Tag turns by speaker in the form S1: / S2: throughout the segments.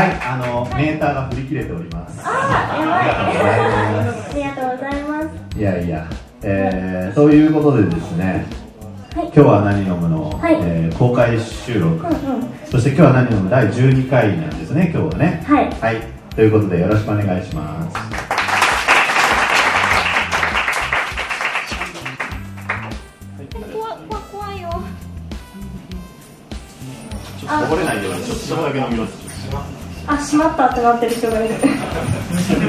S1: メーターが振り切れております
S2: あやばい。ありがとうございます。
S1: いやいや、えー、そういうことでですね、
S2: はい
S1: 今日は何飲むの、
S2: はい
S1: えー公開収録、
S2: うんうん。
S1: そして今日は何飲む第12回なんですね、今日はね。
S2: はい。
S1: はい、ということでよろしくお願いします。
S3: 怖怖怖いよ
S1: ちょっとこぼれないように、ちょっとそこだけ飲みます。
S2: あ、閉まったってなってる人がいる。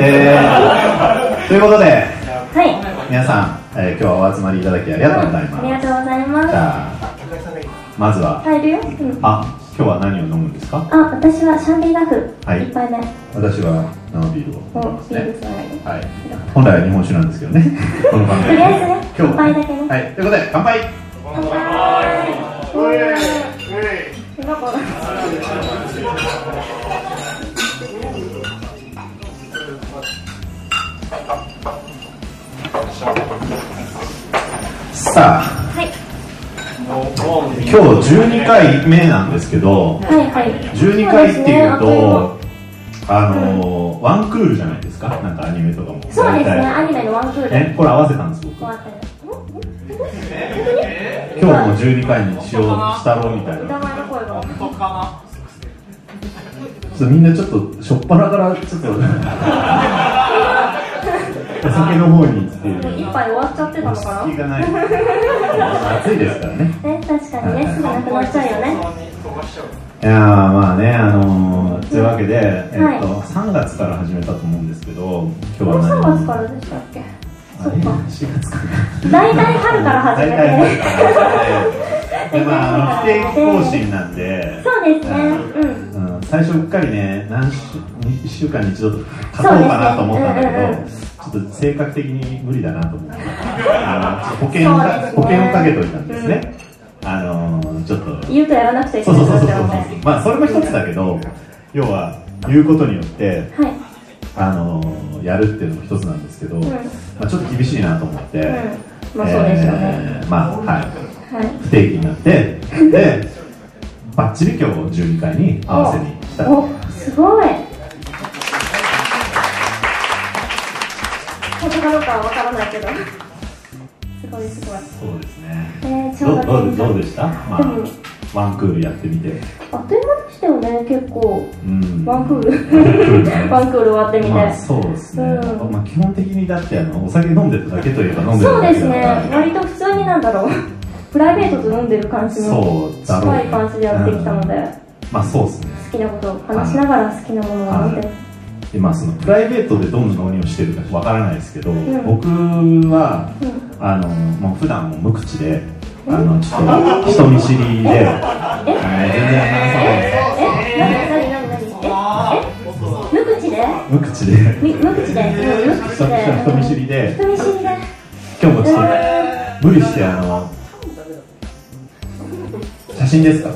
S1: えー、ということで、
S2: はい。
S1: 皆さん、えー今日はお集まりいただきありがとうございま
S2: ありが
S1: す。
S2: とうございま
S1: じ
S2: す。
S1: ゃあ、まずは、
S2: 入るよ。うん。
S1: あ、今日は何を飲むんですか
S2: あ、私はシャンディラフ。
S1: はい
S2: いっぱいね。
S1: 私は生ビールを
S2: お
S1: 飲みま、す
S2: いい
S1: ね
S2: で。すね。
S1: はい、本来は日本酒なんですけど ね、この番
S2: と
S1: 組
S2: りあえずね、
S1: 今
S2: 一
S1: 日は
S2: 杯だけね。
S1: はい、ということで乾杯
S2: 乾杯。おい。なんか
S1: さあ
S2: はい。
S1: 今日12回目なんですけど
S2: はいはい。
S1: 12回っていう
S2: そ
S1: とあのーワンクールじゃないですかなんかアニメとかも
S2: そうですね、ア
S1: 大
S2: ニメのワンクール。
S1: 体ねこれ合わせたんです僕
S2: 終わったよ。ん
S1: 今日も12回にしようしたろうみたいな
S2: 歌前の声が。
S4: 本当か
S1: ちょっとみんなちょっとしょっぱなから ちょっとお酒の方にっていう
S2: 一杯終わっちゃってたの
S1: 落ち
S2: か
S1: 着きがない暑いですからね
S2: なね、確かにね、すぐなくなっちゃうよね。
S1: いやーまあね、あのー、というわけで、えっと3月から始めたと思うんですけど、今日は何
S2: 3月からでしたっけそっか。
S1: 4月から。
S2: 大体春から始
S1: 大
S2: め
S1: 体
S2: て。
S1: 春からで、でまあ、あの不定期更新なんで、
S2: そうですね、うん。
S1: うん、最初うっかりね、何週、1週間に一度書こうかなと思ったんだけど、
S2: そうで
S1: ちょっと性格的に無理だなと思って、あのちょっと保険をか、保険をかけといたんですね。あのー、ちょっと。
S2: 言うとやらなくちゃい
S1: そ
S2: け
S1: う
S2: な
S1: そ
S2: いう
S1: そうそうそう
S2: なって
S1: そう。まあそれも一つだけど、要は言うことによって
S2: はい。
S1: あのーやるっていうのも一つなんですけど、まあちょっと厳しいなと思って、
S2: うん。まあそうですよね。
S1: えーまあはい、
S2: はい。
S1: 不定期になってでバッチリ今日12回に合わせにした。
S2: お、すごい。本当かどうかはわからないけど。すごいすごい。
S1: そうですね。
S2: えー、ちょ
S1: ど
S2: う
S1: うどうどう
S2: ど
S1: でした？ま
S2: でも
S1: あワンクールやってみて、
S2: あっという間でしたよね、結構。
S1: うん。
S2: ワン
S1: ワ
S2: クー
S1: ンクール
S2: ル。
S1: ね
S2: ワンクール終わってみて。
S1: まあそうですね。
S2: うん
S1: まあ基本的にだってあのお酒飲んでるだけといえば飲んで
S2: そ
S1: る
S2: う
S1: だ
S2: で
S1: けだ
S2: す
S1: か
S2: ね
S1: ら。、
S2: 割と普通になんだろう、プライベートと飲んでる感じの
S1: そうだろう、
S2: 近い感じでやってきたので、
S1: うんまあそうですね
S2: 好きなことを話しながら好きなものを飲んで、
S1: でまあそのプライベートでどんな何をしてるかわからないですけど、
S2: ん
S1: 僕は
S2: うん
S1: あのもう普段も無口であのちょっと人見知りであの全然話さないんです
S2: え、なになになになにえ、え、無
S1: 無
S2: 口で
S1: 口で
S2: み無口で、うん無口
S1: 人
S2: で、
S1: 人見知りで
S2: 人見知りで、
S1: 今日もちょっと無理してあの写真ですか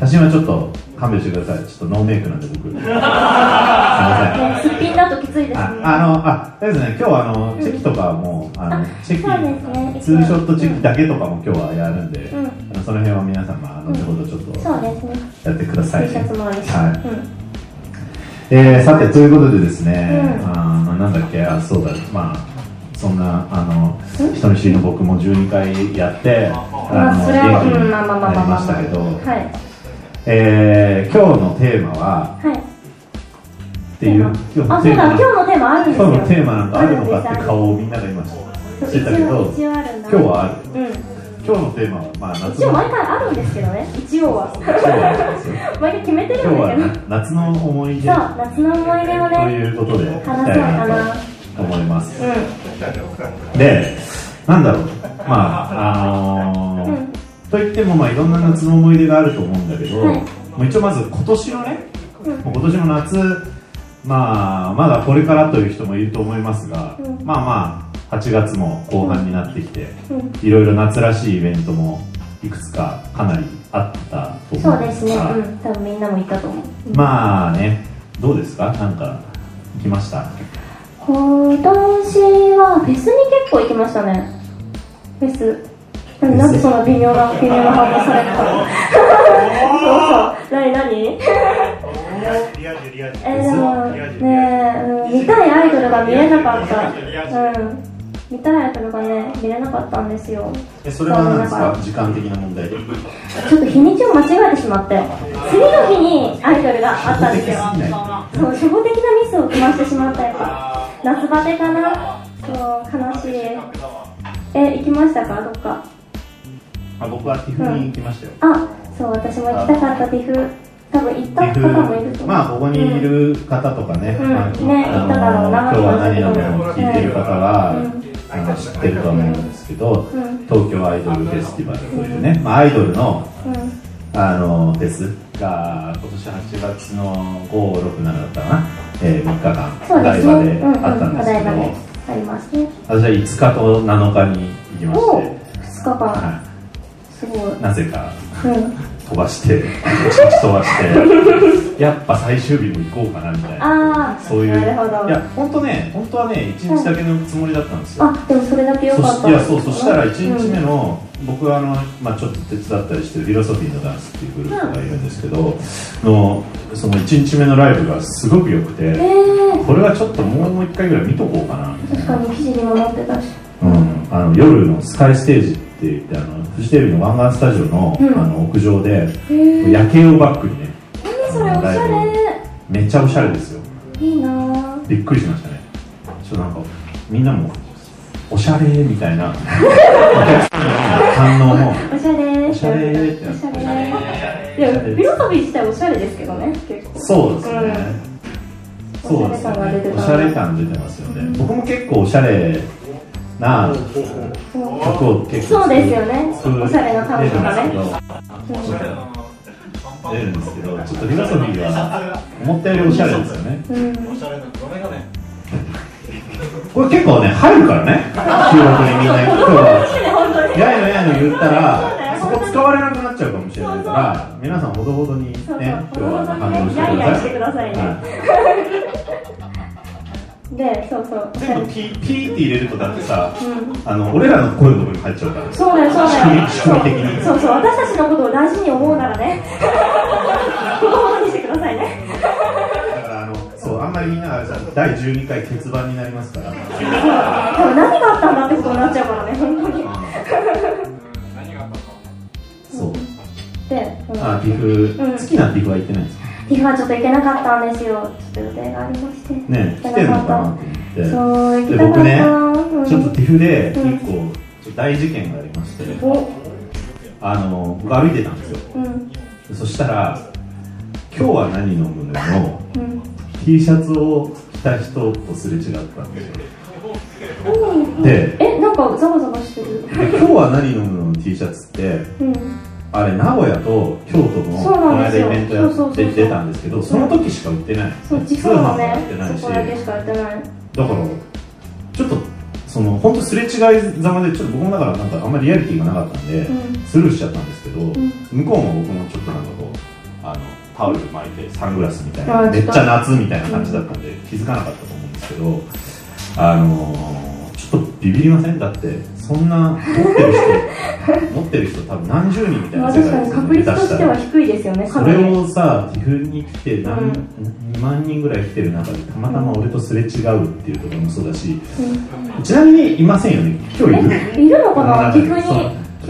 S1: 写真はちょっと勘弁してくださいちょっとノーメイクなんで僕すいません
S2: ね、すっぴんだときついですね。
S1: ああのあそうですね今日はあのチェキとかもあのチェ
S2: そうで
S1: キ
S2: すね、
S1: ツーショットチェキだけとかも今日はやるんで、
S2: うん
S1: あのその辺は皆様あの後ほどちょっ
S2: そう
S1: と
S2: ですね、
S1: やってくだ
S2: T シ
S1: さい、
S2: ャツもあるし、
S1: はい
S2: うん
S1: えーさてということでですね、
S2: うん
S1: あーなんだっけあそうだまあそんなあの
S2: うん
S1: 人見知りの僕も12回やって、
S2: まあ、それは、
S1: 元気
S2: うん、
S1: に
S2: まあまあ
S1: な
S2: まあ
S1: り
S2: ま
S1: ま
S2: あまあ、
S1: したけど、
S2: はい、
S1: えー今日のテーマは
S2: はい、
S1: っていう
S2: テーマあ、そう
S1: テー
S2: だ、
S1: マ
S2: 今日のテーマあるんですよ。
S1: 今日のテーマなんかあるのかって顔をみんなが今してたけど
S2: 一応あるんだ
S1: 今日はある
S2: うん
S1: 今日のテーマは、まあ、夏
S2: 一応
S1: の
S2: 毎回あるんですけどね一応は
S1: 今日はですよ
S2: 毎回決めて
S1: 今
S2: る
S1: 日
S2: んだ
S1: は
S2: けど
S1: ね夏の思い出
S2: そう夏の思い出を
S1: と
S2: ね
S1: いうことでいき
S2: 話そう
S1: た
S2: か
S1: いな
S2: な
S1: と思います
S2: うん
S1: でなんだろうまああのー
S2: うん
S1: といってもまあいろんな夏の思い出があると思うんだけど、
S2: はい
S1: もう一応まず今年のね、
S2: うん
S1: もう今年の夏まあまだこれからという人もいると思いますが、
S2: うん
S1: まあまあ8月も後半になってきて、
S2: うん
S1: いろいろ夏らしいイベントもいくつかかなりあったと
S2: そ
S1: 思
S2: う
S1: うん
S2: で
S1: ですす
S2: ね
S1: が、
S2: うん多分みんなもいたと思う
S1: まあねどうですかなんか行きました
S2: 今年はフェスに結構行きましたねフェス
S1: ェス
S2: なんでそんな微妙な微妙な反応されたのそうそう何何
S4: リア充リア充リア充
S2: えー、でも
S4: リア充リア充
S2: ねうん見たいアイドルが見れなかったうん見たいアイドルがね見れなかったんですよ
S1: えそれは何ですか時間的な問題で
S2: ちょっと日にちを間違えてしまって次の日にアイドルがあったんですよ
S1: 初
S2: そう初歩的なミスをこましてしまったやっぱ夏バテかなそう悲しいえ行きましたかどっか
S1: あ僕はティフに行きましたよ、
S2: あそう私も行きたかったビフ多分行った方もいると思う
S1: まあここにいる方とかね、
S2: うん
S1: あの
S2: うんね
S1: あの
S2: いただろうな
S1: 今日は何々を聞いてる方は、あの知ってると思うんですけど、
S2: うん
S1: 東京アイドルフェスティバルというね、まあ、アイドルの
S2: うん
S1: あのフェスが今年8月の567だったかな、えー、3日間
S2: そ
S1: お
S2: うで
S1: 台
S2: すね
S1: 場
S2: うん
S1: で
S2: うん
S1: あったんですけど、
S2: お台場でありますね
S1: 私は5日と7日に行きまし
S2: お
S1: て
S2: 2、日間
S1: は
S2: すごい
S1: い、なぜか
S2: うん
S1: 飛ばして、打ち飛ばして、やっぱ最終日も行こうかなみたいな。
S2: ああ
S1: そういう、い
S2: なるほど
S1: や、本当ね、本当はね、1日だけのつもりだったんですよ。
S2: あでもそれだけ良かっ
S1: そ
S2: た
S1: しいやそうそしたら1日目
S2: の
S1: の、僕はあの、まあ、ちょっと手伝ったりしてるフィロソフィーのダンスっていうグループがいるんですけど、のその1日目のライブがすごく良く
S2: え
S1: て、
S2: え
S1: これはちょっともう1回ぐらい見とこうかなみたい
S2: 確
S1: な
S2: か、に記事にも載ってたし
S1: うん、あの夜のスカイステージって言ってあのフジテレビの湾岸スタジオの,、
S2: うん
S1: あの屋上で
S2: へえ
S1: 夜景をバックにね
S2: 何それおしゃれ
S1: めっちゃおしゃれですよ
S2: いいなぁ
S1: びっくりしましたねちょっとなんかみんなもおしゃれみたいなお客さんの反応も
S2: おしゃれ
S1: おしゃれーってな
S2: お
S1: っ
S2: しゃ
S1: て
S2: れいやフィロソフィー自体おしゃれですけどね結構
S1: そうですね、そうですよねおしゃれ感出てますよね、僕も結構おしゃれな曲を結構
S2: そうですよね
S1: 作
S2: おしゃれな感
S1: 出
S2: じ
S1: るんで
S2: が
S1: すけ
S2: ね
S1: ど出るんですけど、ちょっとフィロソフィーは思ったよりおしゃれですよね。
S2: うん
S4: おしゃれなこれがね
S1: これ結構ね、入るからね、収録にみんな今日は。
S2: 本当に
S1: やいのやいの言ったら、そ
S2: そうだよ
S1: こ使われなくなっちゃうかもしれないから、皆さんほどほどにね、
S2: そ
S1: 今
S2: うそう
S1: 日は
S2: ほどほどに
S1: 反応してく
S2: やいや
S1: だ
S2: いし
S1: さ
S2: て
S1: い。
S2: くださいね
S1: はい
S2: でそうそうおしゃ
S1: 全
S2: れ
S1: 部ピーピーって入れるとだってさ、
S2: うん
S1: あの俺らの声の部分に入っちゃうから。
S2: そうだよそうだよ
S1: 仕組み仕組み的に
S2: そうそうそう私たちのことを大事に思うな らねほどほどにしてくださいね
S1: だからあのそうあんまりみんながさ第12回欠番になりますから。
S2: 多分何があったんだってことになっちゃうからね本当に
S1: そう。
S2: で、うん、
S1: あティフ、
S2: うん
S1: 好きなティフは行ってないんですか。
S2: リフはちょっと行けなかったんですよちょっと予定がありまして
S1: ね
S2: 行
S1: 来
S2: け
S1: てる
S2: な
S1: の
S2: かっ
S1: かな
S2: た
S1: と思って。
S2: そう行
S1: で
S2: きたか
S1: 僕
S2: っ
S1: ね
S2: た、うん、
S1: ちょっとティフで
S2: うん
S1: 結構ちょっと大事件がありまして、
S2: お
S1: あの僕歩いてたんですよ
S2: うん
S1: そしたら「今日は何飲むの?」の
S2: うん
S1: T シャツを着た人とすれ違ったんですよ
S2: うん
S1: で
S2: えなんかざわざわしてる
S1: で今日は何飲むの?」の T シャツって
S2: うん
S1: あれ名古屋と京都の
S2: そ
S1: こ
S2: う
S1: の
S2: なんで
S1: 間
S2: すよ
S1: イベントや
S2: そうそう
S1: っ
S2: そ
S1: て
S2: うそう
S1: 出たんですけどその時しか売ってない
S2: そう地
S1: 通
S2: 方の
S1: 販もやってない
S2: ね
S1: し
S2: そこだけしかやってない
S1: だからちょっとその本当すれ違いざまでちょっと僕もだからなんかあんまりリアリティがなかったんで、
S2: うん
S1: スルーしちゃったんですけど、
S2: ん
S1: 向こうも僕もちょっとなんかこうあのタオル巻いてサングラスみたい
S2: あ
S1: な
S2: ー
S1: めっち
S2: ちょっ
S1: ゃ
S2: と
S1: 夏みたいな感じだったんで、気づかなかったと思うんですけどあのーちょっとビビりませんだってそんな持ってる 人持ってる人多分何十人みたい
S2: ま
S1: な
S2: あ
S1: 世
S2: 確か
S1: 界で
S2: に
S1: す
S2: 確率としては低いですよねか
S1: そ
S2: なり
S1: れをさ、ティフに来て何、
S2: うん
S1: 2万人ぐらい来てる中で、たまたま俺とすれ違うっていうところもそうだし、
S2: うん
S1: ちなみにいませんよね、今日いる
S2: えいるのかな
S1: うん
S2: 岐阜に
S1: そ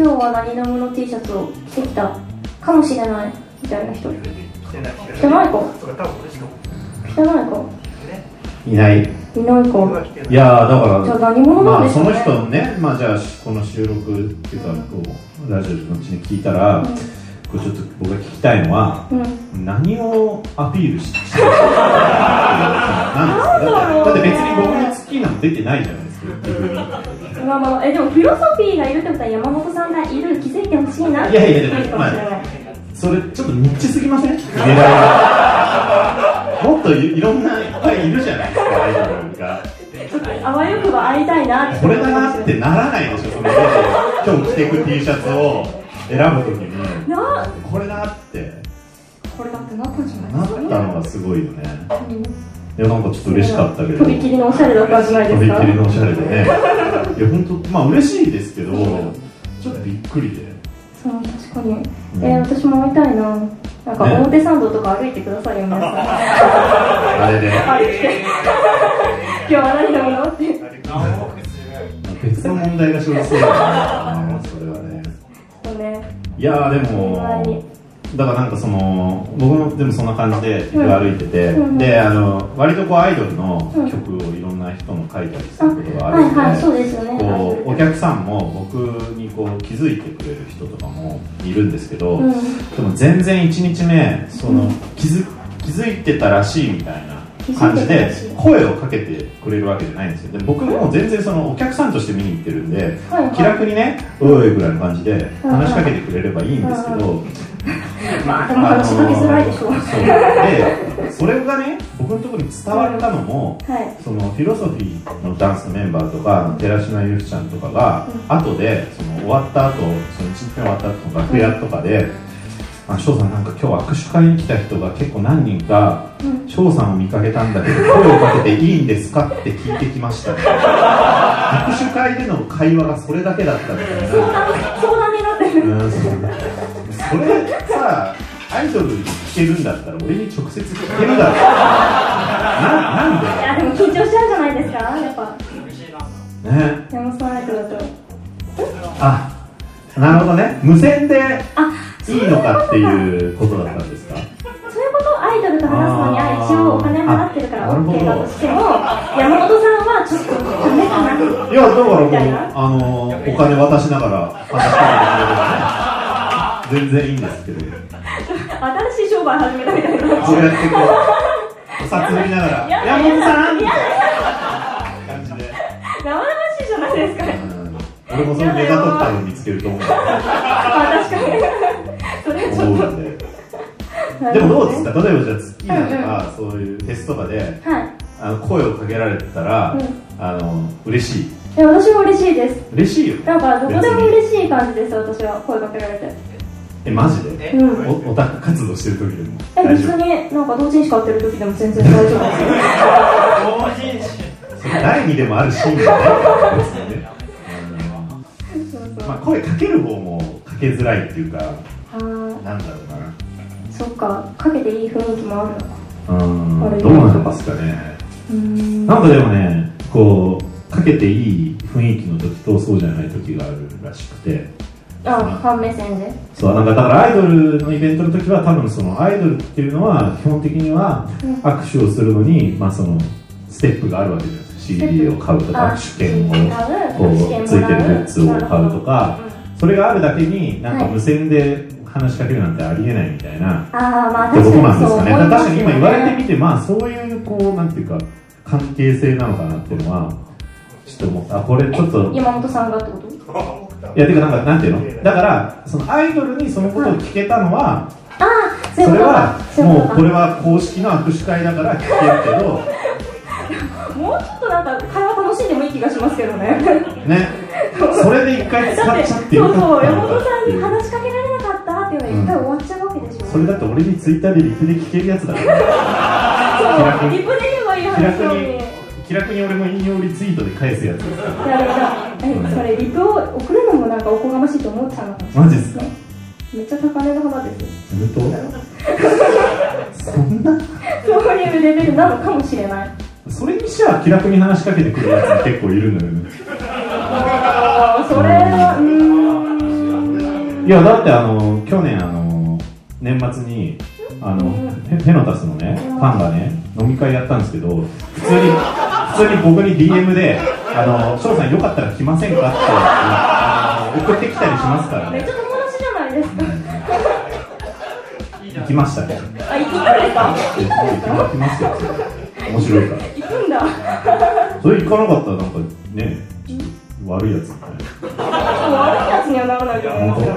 S1: う
S2: 今日は何飲むの T シャツを着てきたかもしれないみたいな人来
S4: してない
S2: てないか
S4: それ多分俺しか
S2: 来てないか
S1: いない。
S2: いない
S4: 俺は
S2: か
S4: 来てない
S1: いやー、だから、
S2: じゃあ何者なん
S1: ま
S2: で
S1: あ、
S2: しょ
S1: そうの
S2: ね
S1: 人ね、まあ、じゃあ、この収録っていうか、こう、ラジオのうちに聞いたら、こうちょっと僕が聞きたいのは、
S2: うん
S1: 何をアピールししてるのかっていうなんですかだって
S2: なんだろうね
S1: だって別に僕の月なんて出てないじゃないですか、ティフに。
S2: まあまあえでもフィロソフィーがいるってことは山本さんがいる気づいてほしいなって
S1: いやいやでも
S2: 思うかもしれない、
S1: それちょっとニッチすぎません狙いがもっといいろんないっぱいいるじゃないですかアイドルが
S2: ちょっとあわよくば会いたいなって
S1: こ
S2: 思う
S1: れ
S2: か
S1: だ
S2: も
S1: な
S2: し
S1: っ
S2: れ
S1: てならないでしょその今日着てく T シャツを選ぶときに
S2: ないな
S1: これだって
S2: これだってなったんじゃない
S1: な
S2: で
S1: っ
S2: す
S1: た
S2: か
S1: のがすごいよねいやなんかちょっと嬉しかったけど
S2: 飛び切りのおしゃれだったんじゃないで
S1: 飛
S2: す
S1: び
S2: か
S1: 切りのおしゃれでねいや本当まあ嬉しいですけどちょっとびっくりで
S2: そう確かにえー、私も会いたいななんか
S1: ね
S2: 表参道とか歩いてくださいよ皆さん
S1: あれ ね
S2: 歩いて今日は何飲むのって
S1: 別の問題が生じそうだよねそれはね
S2: そうね
S1: いやーで
S2: は
S1: も
S2: い
S1: だからなんかその僕もでもそんな感じで
S2: うん
S1: 歩いてて、
S2: うん
S1: であの割とこうアイドルの
S2: うん
S1: 曲をいろんな人の書いたりす
S2: あ
S1: ることがあ
S2: は
S1: る
S2: いはいそ
S1: の
S2: うですよね
S1: でこうお客さんも僕にこう気づいてくれる人とかもいるんですけど、
S2: うん
S1: でも全然1日目その、
S2: うん
S1: 気づ気づいてたらしいみたいな
S2: 気づいてた
S1: 感
S2: らし
S1: じ
S2: い
S1: で声をかけてくれるわけじゃないんですよで僕も全然そのお客さんとして見に行ってるんで
S2: はいはい
S1: 気楽にね「おい」ぐらいの感じで
S2: うんうん
S1: 話しかけてくれればいいんですけど
S2: まあでも話しかけづらいでしょ
S1: あのーそうでそれがね僕のところに伝わったのも
S2: はい
S1: そのフィロソフィーのダンスメンバーとか寺島由紀ちゃんとかが、後でその終わった後その1日目終わった後の楽屋とかで「あ翔さんなんか今日握手会に来た人が結構何人か
S2: うん
S1: 翔さんを見かけたんだけど声をかけていいんですか?」って聞いてきました、握手会での会話がそれだけだったみたいな。
S2: 相談になってる
S1: うんそうそれさアイドルに聞けるんだったら俺に直接聞けるだろななんで
S2: いやでも緊張しちゃうじゃないですかやっぱ
S1: ね
S2: 山本さん相手だと
S1: あなるほどね無線で
S2: あ
S1: いいのかっていうことだったんですか
S2: そういうことアイドルと話すのには一応お金を払ってるから
S1: あー
S2: OK だとしても山本さんはちょっとダメかない
S1: やだからもう
S2: みたいな
S1: あのお金渡しながら話してるんで、ね、全然いいんですけど
S2: 新しい商売始めたみたいな
S1: そうやってこうお札振りながら
S2: やだ
S1: 山本さんみ
S2: やだ
S1: たいな感じで、
S2: 生々しいじゃないです か
S1: うん、俺もそのネタ取ったのを見つけると思う
S2: あ確かにそれはち
S1: 思
S2: ょっ
S1: うんで
S2: と
S1: でもどうです
S2: か
S1: か例えばじゃあ月なとか、そういうフェスとかで
S2: はい
S1: あの声をかけられてたら、
S2: うん
S1: あの嬉しい
S2: いや私も嬉しいです
S1: 嬉しいよね
S2: なんかどこでも嬉しい感じです私は声かけられて
S1: えマジで
S2: うん
S1: おオタク活動してる時でも
S2: え
S1: 大
S2: 別
S1: 丈夫
S2: になんか同人誌買ってる時でも全然大丈夫ですよ
S1: それ第2でもあるシーンだね別にね
S2: そう
S1: うん
S2: そう
S1: まあ声かける方もかけづらいっていうか
S2: あー
S1: なんだろうな
S2: そっかかけていい雰囲気もあるのか
S1: う
S2: あれ
S1: んどうなんですかね
S2: うーん
S1: なんかでもねこうかけていい雰囲気の時とそうじゃない時があるらしくて
S2: あファン目線で
S1: そうなんかだからアイドルのイベントの時は多分そのアイドルっていうのは基本的には
S2: うん
S1: 握手をするのに、まあそのステップがあるわけじゃないですか CD を買うとか
S2: あ
S1: 握手券をこ
S2: 買う
S1: うついてるグッズを買うとかそれがあるだけになんか無線で話しかけるなんてありえないみたいな
S2: ああまあ
S1: って
S2: 確
S1: こ
S2: か
S1: となん
S2: に
S1: で
S2: そう
S1: す
S2: 思
S1: か
S2: い
S1: ね
S2: ます
S1: 確かに今言われて
S2: み
S1: みてまあそういうこうなんていうか関係性なのかなっていうのはちょっと思ったあこれちょっと
S2: 山本さんがってこと
S1: いやてかなんかなんていうのだからそのアイドルにそのことを聞けたのは、
S2: ああ
S1: そ
S2: そういう
S1: れ
S2: こと
S1: は
S2: かそういう
S1: もう
S2: こと
S1: こ
S2: か
S1: れは公式の握手会だから聞けるけ ど
S2: もうちょっとなんか会話楽しんでもいい気がしますけどね
S1: ねそれで一 回
S2: だ
S1: 使
S2: っ、
S1: ってち
S2: そ
S1: ゃ
S2: う
S1: ってよ
S2: そう、
S1: かった
S2: 山
S1: のか
S2: 本さ
S1: って
S2: ん
S1: い
S2: に
S1: う
S2: 話しかけられなかったっていうのは一回終わっちゃうわけでしょ。
S1: それだって俺にツイッターでリプで聞けるやつだから
S2: そう、リプで言えばいい
S1: 気
S2: 話
S1: 楽
S2: なのに。い
S1: に気楽に俺も引用リツイートで返すやつですから
S2: やでもさえそれリプを送るのもなんかおこがましいと思っちゃうのかもしれない。
S1: マジっすか
S2: めっちゃ高値の花ですよ。
S1: するとそんな
S2: そういうレベルなのかもしれない。
S1: それにしちゃ気楽に話しかけてくるやつ結構いるのよね
S2: あーそれは、うーん。
S1: いやだってあの去年あの年末にあのフェフェノタスのねファンがね飲み会やったんですけど普通に普通に僕に DM で「あの翔さんよかったら来ませんか?」ってあの送ってきたりしますから
S2: めっち
S1: ね
S2: ゃ友達じゃないですか。
S1: 行きましたね
S2: あ、行くんですか
S1: 行きますよ面白いか
S2: 行くんだ。
S1: らそれ行かなかったらなんかね悪いやつみたいな
S2: 悪いやつにはならないと思いますよ。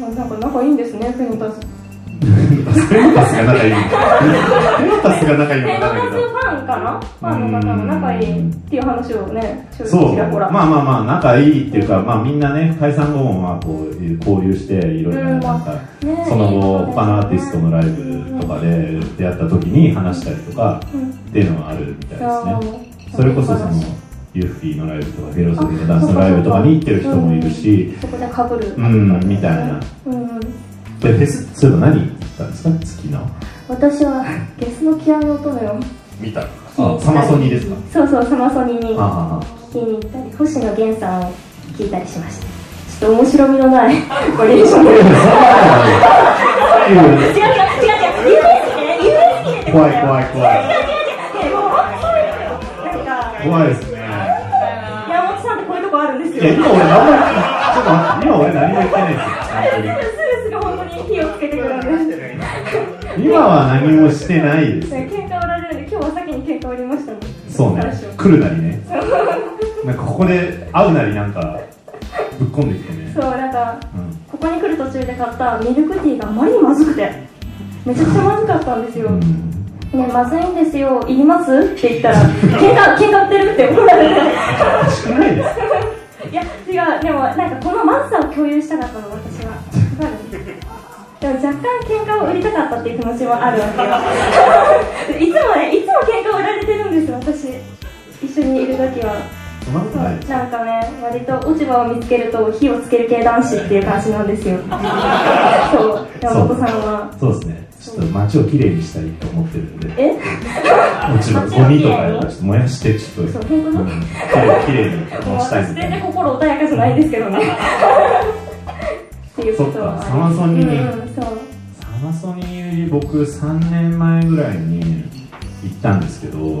S2: まあなんか仲いいんですね、フェノタス。
S1: フェノタスが仲いいのフェノタスが仲いいの
S2: ペ
S1: かな
S2: ンダ
S1: んだけ
S2: ス
S1: ど
S2: ファンかなファンの方も仲いいっていう話をね、ちょっ
S1: そ
S2: と
S1: う、
S2: ちらほら。
S1: まあまあまあ、仲いいっていうか、まあみんなね、解散後もまあこういう交流して、いろいろ
S2: うん
S1: なんか、
S2: ね
S1: その後、他のアーティストのライブとかで出会った時に話したりとか
S2: うん
S1: っていうのはあるみたいですね。
S2: いやー
S1: それこそその
S2: 素晴らしい、
S1: ユーフィーのライブとか、フェロソフィーのダンスのライブとかに行ってる人もいるし、
S2: そこでかぶる。
S1: うん、みたいな。
S2: うん。
S1: とでフェスそういえば何行ったんですか好きな
S2: 私はゲスの極み乙女を
S1: 見たあサマソニーですか
S2: そうそうサマソニーに
S1: あ
S2: 聞きに行ったり星野源さんを聞いたりしましたちょっと面白みのないバリエ ーションで違う違う違う違う有
S1: あ怖い怖い怖い
S2: 名好きね有名好きねってことだよ違う違う違う違うもうなんか
S1: 怖いですね
S2: 山本さんってこういうとこあるんです
S1: い
S2: よ
S1: や今俺何も言ってちょっと待って今俺何も言ってないですよ本
S2: すぐすぐ本当に火をつけてくるんで
S1: 当に今は何もしてないです
S2: 喧嘩売られるんで今日は先に喧嘩売りましたもん
S1: そうね
S2: 最初
S1: 来るなりねなんかここで会うなりなんかぶっ込んできてね
S2: そうなんか
S1: うん
S2: ここに来る途中で買ったミルクティーがあまりにまずくてめちゃくちゃまずかったんですよ、
S1: う
S2: ね
S1: ん
S2: まずいんですよいりますって言ったら喧嘩喧嘩売ってるって怒られ
S1: おかしくないです
S2: ていや違うでもなんかこのまずさを共有したかったの私はわかるでも若干喧嘩を売りたかったっていう気持ちもあるわけよいつもねいつも喧嘩売られてるんですよ私一緒にいる時は
S1: そんなことないです
S2: なんかね、割と落ち葉を見つけると火をつける系男子っていう感じなんですよ。そう、山本さんは。
S1: そうですねちょっと街をきれいにしたいと思ってるんで
S2: え、
S1: もちろん
S2: 街を
S1: ゴミ
S2: き
S1: と
S2: れい
S1: か
S2: に
S1: ちょっと燃やしてちょっと
S2: そう、本当
S1: う
S2: だ。
S1: ん
S2: もう
S1: きれいに持ちたい
S2: 私
S1: みた
S2: 全
S1: い
S2: 然
S1: な
S2: 心穏やかじゃないですけどね。っていうことは。
S1: そっかサマソニー
S2: うん、そう。
S1: サマソニー僕3年前ぐらいに行ったんですけど
S2: うん、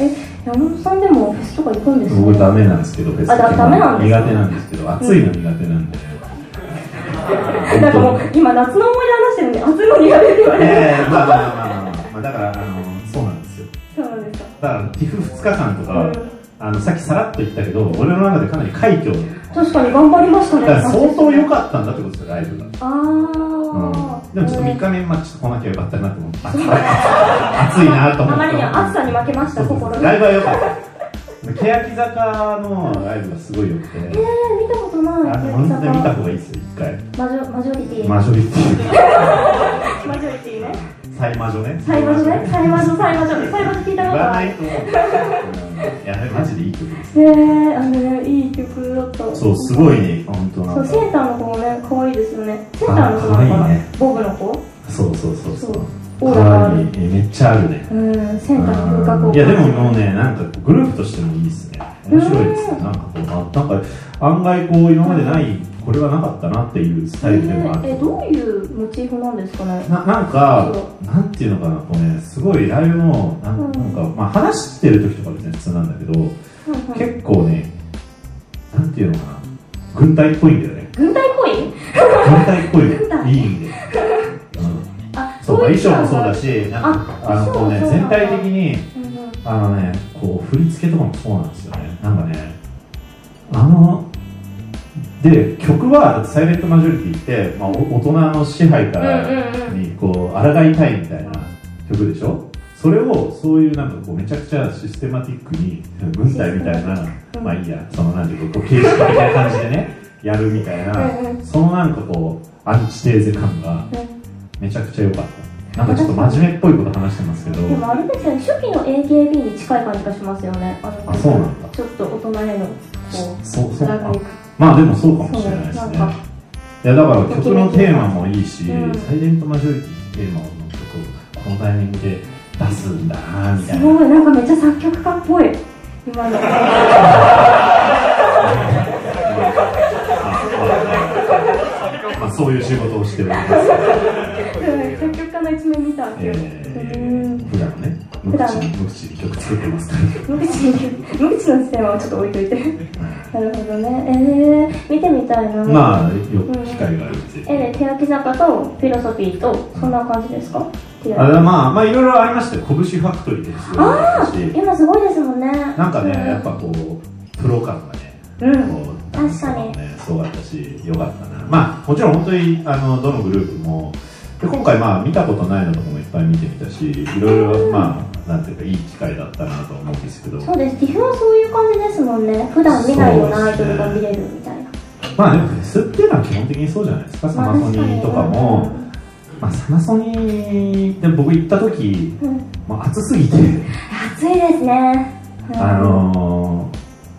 S2: え、山本さんでもフェスとか行くんですか
S1: 僕ダメなんですけど別
S2: あだダメなんですか
S1: 苦手なんですけど暑いの苦手なんで、
S2: なんかもう、今夏の思い出話してるのに、暑いのにやれるよ
S1: え
S2: ね。
S1: えまあまあまあまあまあ、まあ、だからあのそうなんですよ
S2: そうなんですか。
S1: だから TIFF2 日間とか、
S2: うん
S1: あのさっきさらっと言ったけど俺の中でかなり快挙
S2: 確かに頑張りました
S1: だ
S2: ね。
S1: から相当良かったんだってことですよライブが
S2: ああ、
S1: うんでもちょっと3日目、まあ、ちょっと来なきゃよかったなと思って、暑い暑いなと思って、
S2: あまりにも暑さに負けました、心が。
S1: ライブは良かった、欅坂のライブがすごい良くて、
S2: えー、見たことない。
S1: あの本当に見た方がいいですよ、一回、
S2: マジョマジョリティ。
S1: マジョリティ、
S2: マジョリティね。
S1: サイマジョね、
S2: 最魔女ね。最魔女、最魔女。最魔女聞いた
S1: 言
S2: こと
S1: わ
S2: あ
S1: ない
S2: る。
S1: と思う、うん、いや、マジでいい曲です、
S2: えー、あのね、いい曲だった。
S1: そう、すごい、ね、本当な
S2: そ
S1: ん
S2: う、
S1: か
S2: セーターの子もね、可愛いですよね。セーターの子
S1: あ
S2: な
S1: 可
S2: のか
S1: 愛
S2: ない
S1: ね
S2: ボブの子
S1: そうそうそうそ
S2: そう
S1: う、
S2: オーラ
S1: か
S2: があ
S1: わい
S2: る
S1: い、えめっちゃあるね。
S2: うん、セーターの風
S1: うん
S2: 格
S1: いやでももうねなんかグループとしてもいいですね面白いですねなんかこうななんか案外こう今までないこれはなかったなっていうスタイルでもある、
S2: えー、どういうモチーフなんですかね。
S1: ななんかなんていうのかなこうねすごいライブのなん
S2: うん
S1: なんか、まあ、話してる時とか別に普通なんだけど、
S2: はいはい
S1: 結構ねなんていうのかな軍隊っぽいんだよね
S2: 軍隊行為
S1: 軍隊っぽい
S2: 軍隊
S1: いい意味で、うん、
S2: あ、
S1: そうまあ
S2: い
S1: 衣装もそう
S2: 感
S1: だ
S2: じ。
S1: しなんか
S2: あ
S1: あのこうね
S2: そうそう
S1: 全体的に
S2: うんうん
S1: あのね、こう振り付けとかもそうなんですよね。なんかね、あの、で、曲はサイレントマジョリティって、まあ、お大人の支配から
S2: うんうん
S1: にこう抗いたいみたいな曲でしょそれをそういうなんかこうめちゃくちゃシステマティックに軍隊みたいな、
S2: うん
S1: まあいいや、そのなんていうかこう形式的な感じでね、 やるみたいな
S2: うんう、ん
S1: そのなんかこうアンチテーゼ感が
S2: うん。
S1: めちゃくちゃ良かった。なんかちょっと真面目っぽいこと話してますけど、
S2: でもあれですよね、初期の AKB に近い感じがしますよね。あの
S1: あ、そうなんだ。
S2: ちょっと大人への、こう、
S1: そうそう
S2: なんか
S1: あまあでもそうかもしれないです
S2: そう
S1: ね
S2: なんか
S1: いやだから曲のテーマもいいし、
S2: うん
S1: サイレントマジョリティのテーマの曲をこのタイミングで出すんだなみた
S2: す
S1: いな
S2: ごい、なんかめっちゃ作曲家っぽい。今の。
S1: まあまあそういう仕事をしております
S2: うん作曲家の一面見たわけ
S1: え
S2: よ。うん
S1: ー、普段ね無口
S2: 普段
S1: に無口に曲作ってますか
S2: 無口に、無口の視点はちょっと置いといて。なるほどね。えー、見てみたいな。
S1: らまあよく機会があるっていう、
S2: えー、欅坂とフィロソフィーと、そんな感じですか
S1: あれはまあまあいろいろありましたよ拳ファクトリーですごいあったし
S2: 今すごいですもんね。
S1: なんかね、
S2: うん
S1: やっぱこう、プロ感がね、
S2: うん
S1: こう
S2: 確かに
S1: ね、すごかったし、よかったな、まあ、もちろん本当にあのどのグループも、で今回、まあ、見たことないのとかもいっぱい見てみたし、いろいろ、まあ、なんていうか、いい機会だったなと思うんですけど、
S2: そうです。ティフはそういう感じですもんね。普段見ないようなアイドルが見れるみたいな。
S1: まあ、でも、フェスっていうのは基本的にそうじゃないですか、サマソニーとかも、まあ、サマソニーで僕行った時
S2: うん
S1: まあ暑すぎて、
S2: 暑いですね。うん
S1: あの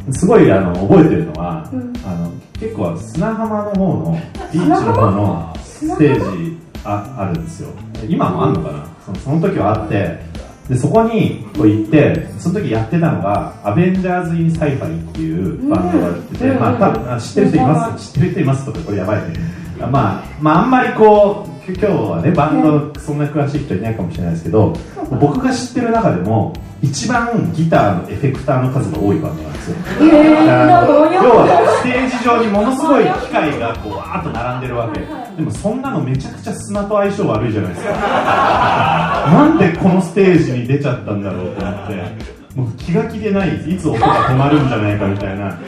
S1: ー、すごいあの覚えてるのは、
S2: うん
S1: あの結構砂浜の方のビーチの方のステージああるんですよで今もあんのかなそのその時はあってでそこにこう行ってその時やってたのが「アベンジャーズ・イン・サイファイ」っていうバンドがやってて、
S2: うん
S1: まあ多分あ知ってる人います知ってる人いますとかこれやばいねあまあまああんまりこうき今日はねバンドそんな詳しい人いないかもしれないですけど僕が知ってる中でも一番ギターのエフェクターの数が多いバンドなんですよ
S2: えー、なんかおにょ
S1: 要はステージ上にものすごい機械がこうわーっと並んでるわけでもそんなのめちゃくちゃ砂と相性悪いじゃないですかなんでこのステージに出ちゃったんだろうと思ってもう気が気でないいつ音が止まるんじゃないかみたいな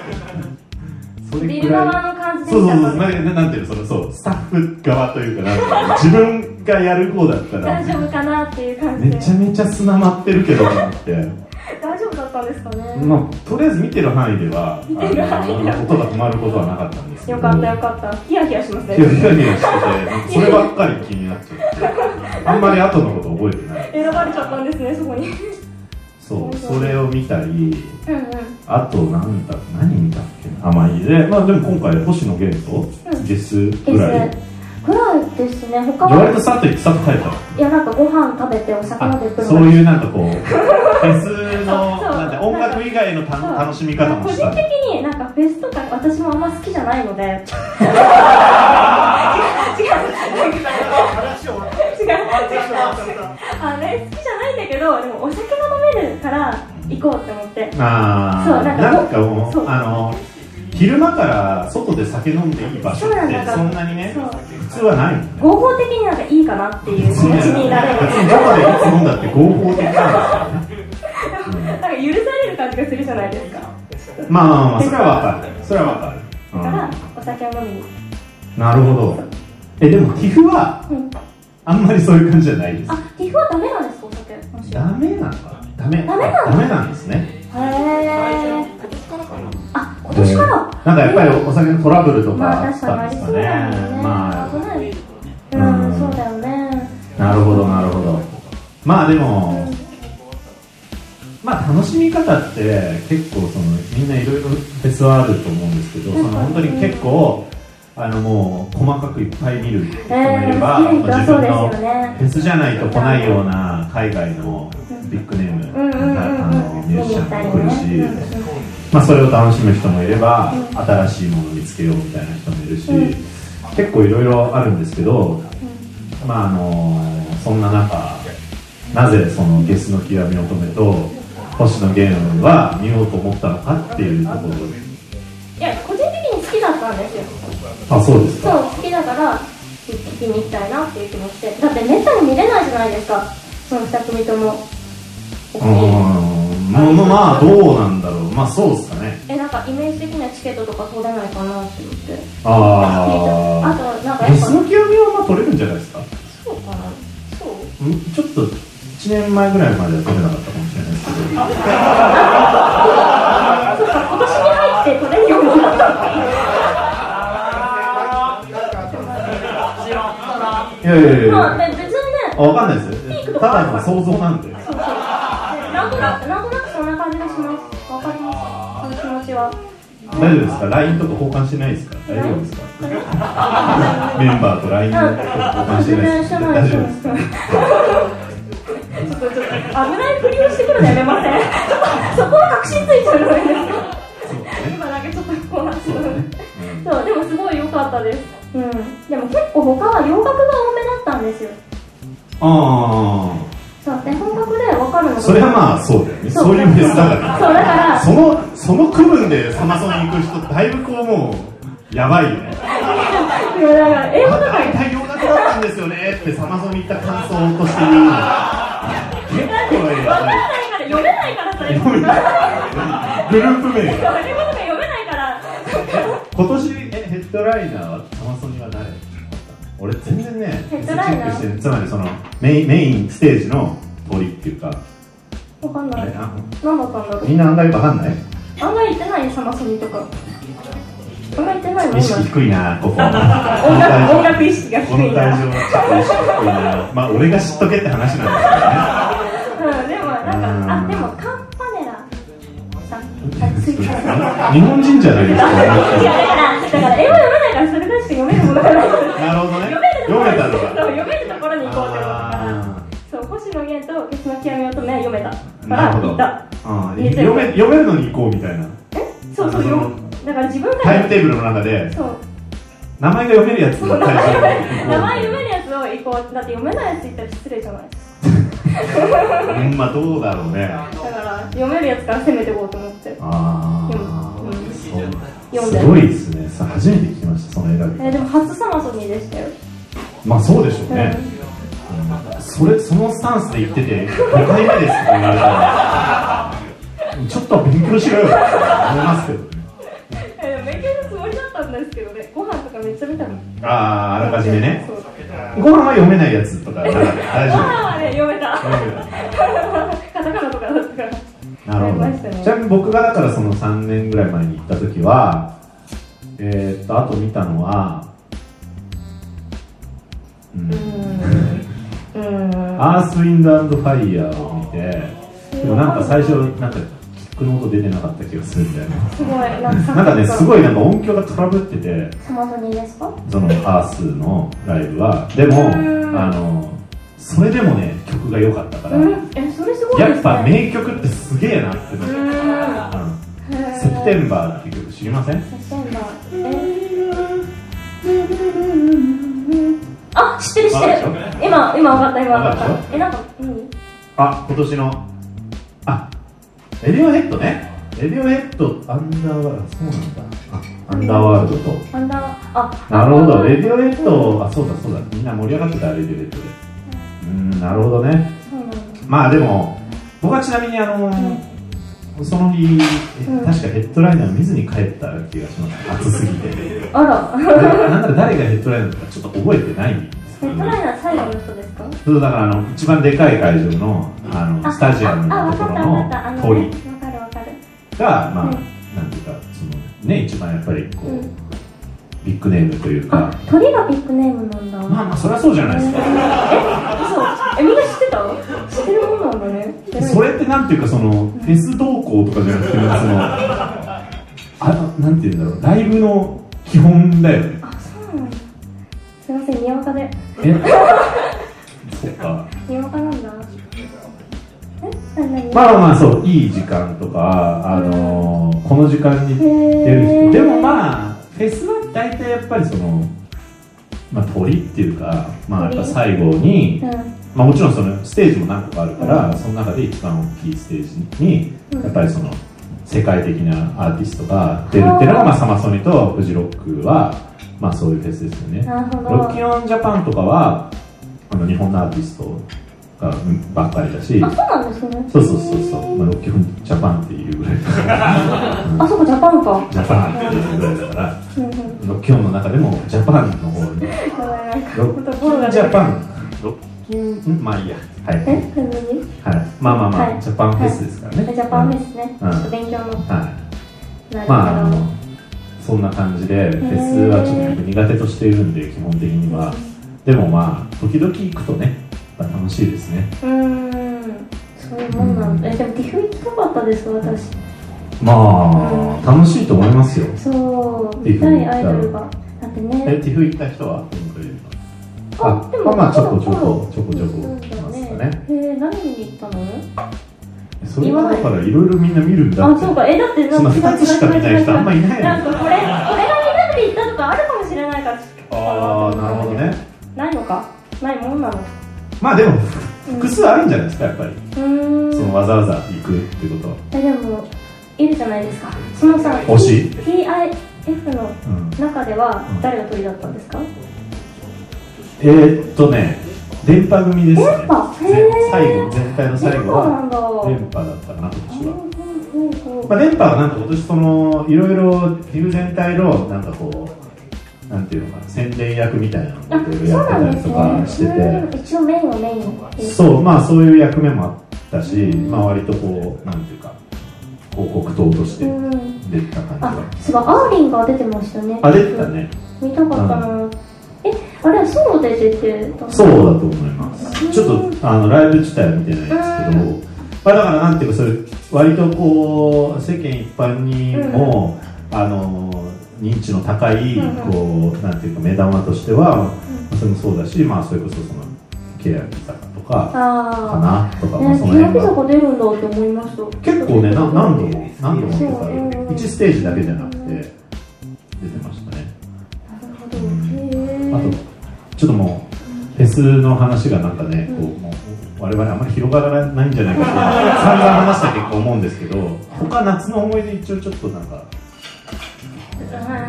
S1: それ
S2: ビ
S1: く
S2: ル側
S1: らい
S2: の感じで
S1: そうそうそう
S2: したと
S1: なななんていうのそのそうスタッフ側というかなんていうの自分がやる方だった
S2: 大丈
S1: ら
S2: 夫かなっていう感じで
S1: めちゃめちゃ砂舞ってるけどなって
S2: 大丈夫だったんですかね、
S1: まあ、とりあえず見てる範囲では、
S2: 見てる範囲では
S1: あの音が止まることはなかったんですけど、
S2: よかったよかったヒヤヒヤしますね
S1: ヒヤヒヤヒヤしてて、そればっかり気になっちゃって、あんまり後のこと覚えてない、
S2: 選ばれちゃったんですねそこに
S1: そう、それを見たり、
S2: うんうん
S1: あと、なんだ、何見たっけな、あまあ、いいで、まあ、でも今回、星野源と
S2: うん
S1: ゲス
S2: で
S1: ぐ
S2: す
S1: らい、
S2: ねぐらいですね他
S1: 割と
S2: は
S1: さっと行って、さっと帰ったの
S2: いやなんかご飯食べてお魚
S1: あ
S2: で行くのが
S1: そういうなんか こう、フェスの
S2: そうそう
S1: なんて音楽以外のた
S2: そう
S1: 楽しみ方もし
S2: 個
S1: た
S2: 人。的になんかフェスとか私もあんま好きじゃない ので違う違うなんか
S4: 話終わった話終わった
S2: あね好きじゃないんだけどでもお酒が飲めるから行こうって思って
S1: あ
S2: そう
S1: ー
S2: なんか
S1: なんかも
S2: そう
S1: うあの昼間から外で酒飲んでいい場所っ
S2: そうなん
S1: て
S2: だ
S1: そんなにね
S2: そう
S1: 普通はないもんね
S2: 合法的になんかいいかなっていう気持ち
S1: 別に
S2: になれる
S1: どこでいつ飲んだって合法的なんですよ
S2: な
S1: ね
S2: ん、か許される感じがするじゃないですか
S1: うんまあまあまあそれはわかるそれはわ
S2: だから
S1: かる、
S2: お酒を飲みに
S1: うん、なるほどえでも TIFF は
S2: うん
S1: あんまりそういう感じじゃないです
S2: あティフはダメなんですかお酒もし
S1: ダメなのかなダメ
S2: ダメなの
S1: ダメなんですね
S2: へえ
S3: 今年からかな
S2: あ今年から
S1: なんかやっぱりお酒のトラブルと
S2: ま
S1: か
S2: あ
S1: あ
S2: 確
S1: った
S2: か
S1: ん
S2: に
S1: です
S2: あ
S1: か
S2: りそう
S1: ね
S2: だもんね
S1: まあ
S2: 危ないう
S1: うん
S2: んそうだよね
S1: なるほどなるほどまあでもまあ楽しみ方って結構そのみんないろいろフェスはあると思うんですけどその本当に結構あのもう細かくいっぱい見る人もい
S2: えー、
S1: れば、
S2: 好きな人
S1: まあ
S2: は
S1: 自
S2: そう
S1: 分
S2: ですよ
S1: の
S2: ね
S1: フェスじゃないと来ないような海外のビッグネーム
S2: うんうんうんうん
S1: なあのミュージシャンも来るし、
S2: 見に行ったりねうん
S1: まあ、それを楽しむ人もいれば、
S2: うん
S1: 新しいものを見つけようみたいな人もいるし、
S2: うん
S1: 結構いろいろあるんですけど、まああのそんな中なぜそのゲスの極み乙女と星野源は見ようと思ったのかっていうところ
S2: いや個人的に好きだったんですよ
S1: あそうです
S2: そう
S1: か
S2: 好きだから聞きに行きたいなっていう気持ちでだってめったに見れないじゃないですかその2組とも
S1: うーんまあまあまあどうなんだろうまあそうっすかね
S2: えなんかイメージ的にはチケットとか取れないかなって思ってあ
S1: あ
S2: となんか
S1: あ
S2: や
S1: ゲ
S2: っぱ
S1: スの極みはまあ取れるんじゃないですかん
S2: そうかなそう
S1: ちょっと1年前ぐらいまでは取れなかったかもしれないですけど
S2: そうか今年に入って取れるようになったの
S1: いやいやいやい
S2: まあ
S1: や
S2: ね別にね
S1: わかんないですよただの想像なんで
S2: そうそうなんとなくなんとなくそんな感じがしますわかりますその気持ちは
S1: 大丈夫ですか LINE とか交換してないですか大丈夫ですか
S2: これ
S1: メンバーと LINE とか交換してないですか大丈夫ですか
S2: ちょっとちょっと危ないふりをしてくるのやめません。ちょっとそこは確信ついちゃうのがいいです
S1: そうだ
S2: か。
S1: ね
S2: 今なんかちょっとこうなって
S1: そうだね
S2: そうでもすごい良かったです。うん。でも結構他は洋楽が多めだったんですよ。
S1: あ
S2: そうで本格で分かるの
S1: あ
S2: が。
S1: それはまあそうだよねそういうフェスだから
S2: そうだから。
S1: そのその区分でサマソニ行く人だいぶこうもうやばいよね
S2: いやだから英語
S1: あ
S2: だか
S1: 大体洋楽だったんですよねってサマソニ行った感想として言うの結構や
S2: 分かん
S1: ば
S2: ないいから読めないからそれ。英語
S1: 読め
S2: とか
S1: ないグループ名が
S2: 読めないから。
S1: 今年えヘッドライナーはサマソニは誰俺全然ね
S2: ヘッドライ
S1: チェ
S2: ナー
S1: ックしてるつまりそのメインメインステージの通りっていうか
S2: 分かん
S1: あ
S2: な
S1: れ
S2: い。
S1: な
S2: 何だったんだろ。
S1: みんな案外わかんないう
S2: あんまり行ってないサマソニとか。あんまり行ってないの
S1: 意識
S2: 今。
S1: 低いなこここの
S2: 音楽音
S1: 会
S2: 楽意識が低
S1: 場この
S2: い
S1: 会場
S2: な。
S1: はちょっと意識低いなまあ俺が知っとけって話なん
S2: うん、でもなん
S1: う
S2: か、あ、
S1: ん
S2: でもカンパネラさん、
S1: で
S2: あ
S1: す
S2: つ
S1: け
S2: い
S1: どね
S2: た。いや、
S1: 日本人じゃないです
S2: だから、だから英語読めないからそれぐらいしか読めるものがない。
S1: かなるほどね
S2: 読める
S1: めたんだ
S2: そう読めるところに行こうってことだから
S1: あ
S2: そう星野源と「月の極み乙女」は読めたか
S1: ー
S2: ら
S1: なる
S2: 行
S1: ほ
S2: っ
S1: ど
S2: た
S1: あ
S2: 入
S1: ー
S2: れちゃえ
S1: 読
S2: ば
S1: め読めるのに行こうみたいな
S2: えそうそうよだから自分か
S1: タイム
S2: ら
S1: テーブルの中で
S2: そう
S1: 名前が読めるやつ
S2: そう
S1: の
S2: 名
S1: タイ
S2: 前
S1: トル
S2: 読
S1: を
S2: め名前読め
S1: る
S2: るやつを行こうだって読めないやつ言ったら失礼じゃないです
S1: うんまあどうだろうねあ
S2: かだから読めるやつから攻めていこうと思って
S1: あ
S2: うんうん
S1: ーそう
S2: 読んです
S1: ごいですねさ初めて聞きましたその選び
S2: えーでも初サマソニーでしたよ、
S1: まあそうでしょう
S2: うん
S1: ね、それそのスタンスで言ってて5回目ですって言われたらちょっとは勉強しろよって思いますけどね
S2: えー勉強のつもりだったんですけどねご飯とかめっちゃ見たの
S1: あああらかじめね
S2: そう
S1: ご飯は読めないやつとかなら
S2: ご
S1: 大
S2: 飯
S1: 丈
S2: はね読めた
S1: 夫
S2: カタカナとかだったから
S1: なるほ
S2: 読めました
S1: ど
S2: ね
S1: ちなみに僕がだからその3年ぐらい前に行った時はえー、っとあと見たのはうん
S2: うんうん
S1: アースウィンドアンドファイヤーを見てでもなんか最初なんかキックの音出てなかった気がするみた いな
S2: すごいなんか
S1: なんかねす
S2: い
S1: ごいなんか音響がトラブってて
S2: サマソニーですか
S1: そのアースのライブはでも
S2: うん
S1: あのそれでもね曲が良かったか
S2: う
S1: ら
S2: んえそれすごいです
S1: や
S2: ね
S1: っぱ名曲ってすげえなって
S2: う
S1: なっ
S2: ん
S1: たうん「セプ
S2: セ
S1: テンバー」って曲知りません
S2: プテンバーえあ知ってる知ってる
S1: わかるでし
S2: 今今分かった今分
S1: わ
S2: か
S1: かる
S2: ったえなんか何
S1: あ今年のあレディオヘッドねレディオヘッドアンダーワールドそうなんだあアンダーワールドと
S2: アンダーあ
S1: なるほど、レ
S2: デ
S1: ディオレッド、あ、そうだそうだ、みんな盛り上がってた、レディオレッドで。うーん、なるほどね。
S2: そうなんだ
S1: まあでも、僕はちなみに、あのその日、え
S2: うん
S1: 確かヘッドライナー見ずに帰った気がします、暑すぎて。で
S2: あら
S1: なんなら誰がヘッドライナーだかちょっと覚えてないんですけ
S2: ヘ
S1: ど
S2: ッドライナー最後の人ですか
S1: そうだからあの、一番でかい会場の、あの
S2: あ
S1: スタジアム
S2: あ
S1: の
S2: あ
S1: と
S2: 分
S1: ころ
S2: かった分かったあ
S1: の
S2: の
S1: 鳥
S2: ね分かる分かる
S1: が、まあ、
S2: う
S1: な
S2: ん
S1: んていうか、その、ね、一番やっぱりこう、
S2: うん
S1: ビッグネームというか
S2: あ、鳥がビッグネームなんだ
S1: まあまあ、そりゃそうじゃないですか。
S2: 嘘えみんな知ってた知ってるもんなんだね知ってない
S1: それってなんていうかそのフェス動向とかじゃなくてなんかそのあのなんていうんだろうライブの基本だよね
S2: あそうなんだすいませんにわかで
S1: えそっか
S2: にわかなんだえなに
S1: まあまあそういい時間とかあのーこの時間に
S2: へー
S1: 出る人でもまあフェスは大体やっぱりそのまあ鳥っていうかまあやっぱ最後に
S2: うん
S1: まあもちろんそのステージも何個かあるからその中で一番大きいステージに
S2: うん
S1: やっぱりその世界的なアーティストが出るっていうのが、まあ、サマソニとフジロックは、まあ、そういうフェスですよね。
S2: なるほど
S1: ロッキンオンジャパンとかはあの日本のアーティストがうんばっかりだし
S2: あそうなんですね
S1: そうそうそうそう、まあ、ロッキンオンジャパンっていうぐらいだから
S2: あそこジャパンか
S1: ジャパンっていうぐらいだから
S2: うんうん
S1: ロッキンオンの中でもジャパンの方に
S2: ごめんなんか
S1: ロ
S2: 本当
S1: ッキ
S2: ゴー
S1: ン
S2: ル
S1: オ
S2: が
S1: ンジャパンロッキンうんまあいいやはい、
S2: え
S1: はい、
S2: 何何
S1: まあまあまあ、
S2: はい
S1: ジャパンフェスですからね、
S2: ジャパンですねち
S1: う
S2: ょ
S1: ん
S2: っと勉強の
S1: はい
S2: なる
S1: まあ、あ
S2: ほ
S1: のそんな感じで、フェスはちょっと僕苦手としているんで、基本的には、でもまあ、時々行くとね、やっぱ楽しいですね。
S2: どうーんそういうもんなんだえでも TIFF 行きたかったです私
S1: まあ、楽しいと思いますよ。
S2: そう見たいアイドルがだってね
S1: え、ティフ行った人は
S2: あでも
S1: まあまあ、ちょこちょ
S2: まだま
S1: こ、ちょ
S2: そ
S1: こちょこ、いう
S2: だよ
S1: ますかね。
S2: ねへえ何見に行ったの
S1: それはだから、いろいろみんな見るんだ
S2: あ
S1: って
S2: そう。かえだって
S1: そ
S2: なんん
S1: な
S2: か
S1: 2つしか見ない人あんまいない
S2: なん
S1: の。
S2: かこれこれがみんなで行ったとかあるかもしれないから
S1: ああ、なるほどね。
S2: ないのかないもんなのう
S1: まあでも、
S2: うん
S1: 複数あるんじゃないですか、やっぱり。そ
S2: ーん
S1: のわざわざ行くってことは。
S2: えでもいるじゃないですかそのさ
S1: 推し
S2: TIF の
S1: うん
S2: 中では
S1: うん
S2: 誰が鳥だったんですか
S1: えー、っとね、電波組ですね。
S2: 電波
S1: ぜ
S2: へー
S1: 最後、全体の
S2: そう
S1: 最後
S2: な
S1: は
S2: んだ
S1: 電波だったかな、今年は。
S2: うんうんうんうん
S1: まあ、電波はなんか今年その、いろいろ、リブ全体の、なんかこう、なんていうのかな、宣伝役みたいな
S2: あ
S1: のをいろいろ
S2: そう
S1: やって
S2: な
S1: た
S2: ん
S1: り
S2: です
S1: とかして
S2: ね
S1: て、
S2: うん一応メインはメインっていう
S1: そう、まあそういう役目もあったし、まあ割とこう、なんていうか、広告塔として
S2: うん
S1: 出てた感じ
S2: あ
S1: が。、
S2: すごい、アーリンが出てましたね。
S1: あ、出てた。ね。
S2: 見たかったな。え、あれ、ソロで出てたの
S1: そうだと思います。ちょっとあのライブ自体は見てないんですけど、まあだからなんていうかそれ割とこう世間一般にも、あの認知の高い
S2: うんうん
S1: こうなんていうか目玉としては、それもそうだし、まあ、それこそそのケヤキ坂とかか
S2: あ
S1: なと
S2: あ
S1: か、まあ、その
S2: ね、欅
S1: 辺が
S2: 坂出るんだって思いました
S1: 結構ねな何度も何度も出
S2: そううんうん
S1: た1ステージだけじゃなくて出てましたね
S2: なるほどへえ
S1: あとちょっともうフェスの話がなんかね、こうもう我々あんまり広がらないんじゃないかって散々話した結構思うんですけど他夏の思い出一応ちょっとなんか今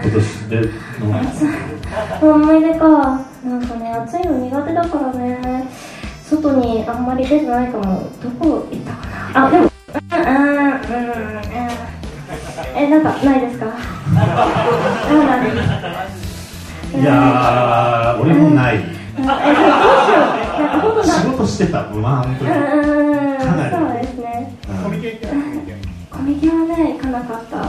S1: 年での
S2: 思い出かなんかね暑いの苦手だからね外にあんまり出てないかもどこ行ったかなあでもうんうんうんうんえなんかないですかそうなんです
S1: いやー俺もない
S2: えどうしようなんかほんとな
S1: 仕事してたまあ本当に
S2: うん
S1: かなり
S2: そうですね
S4: コミケ行けないコミケ
S2: コミケはね行かなかった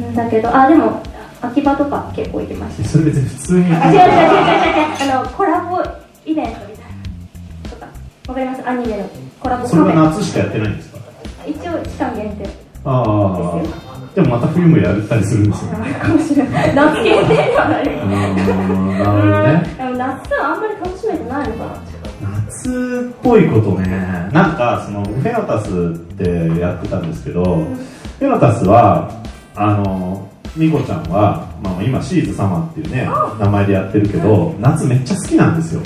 S2: んだけどあでも秋葉とか結構行きました
S1: うんそれ別に普通に
S2: あ違う違う違う違う違うあのコラボイベントみたいなとかわかりますアニメのコラボ
S1: そ
S2: カ
S1: れ
S2: フ
S1: は
S2: ェ
S1: 夏しかやってないんですか
S2: 一応期間限定
S1: ああでもまた冬もやったりするん ですよね
S2: かもしれない夏限定ではないう
S1: ーんなるほどね
S2: うんでも夏はあんまり楽しめてないのかな
S1: 夏っぽいことねなんかそのフェノタスってやってたんですけど、フェノタスはあのミコちゃんは、まあ、今シーズ様っていうね名前でやってるけど夏めっちゃ好きなんですよ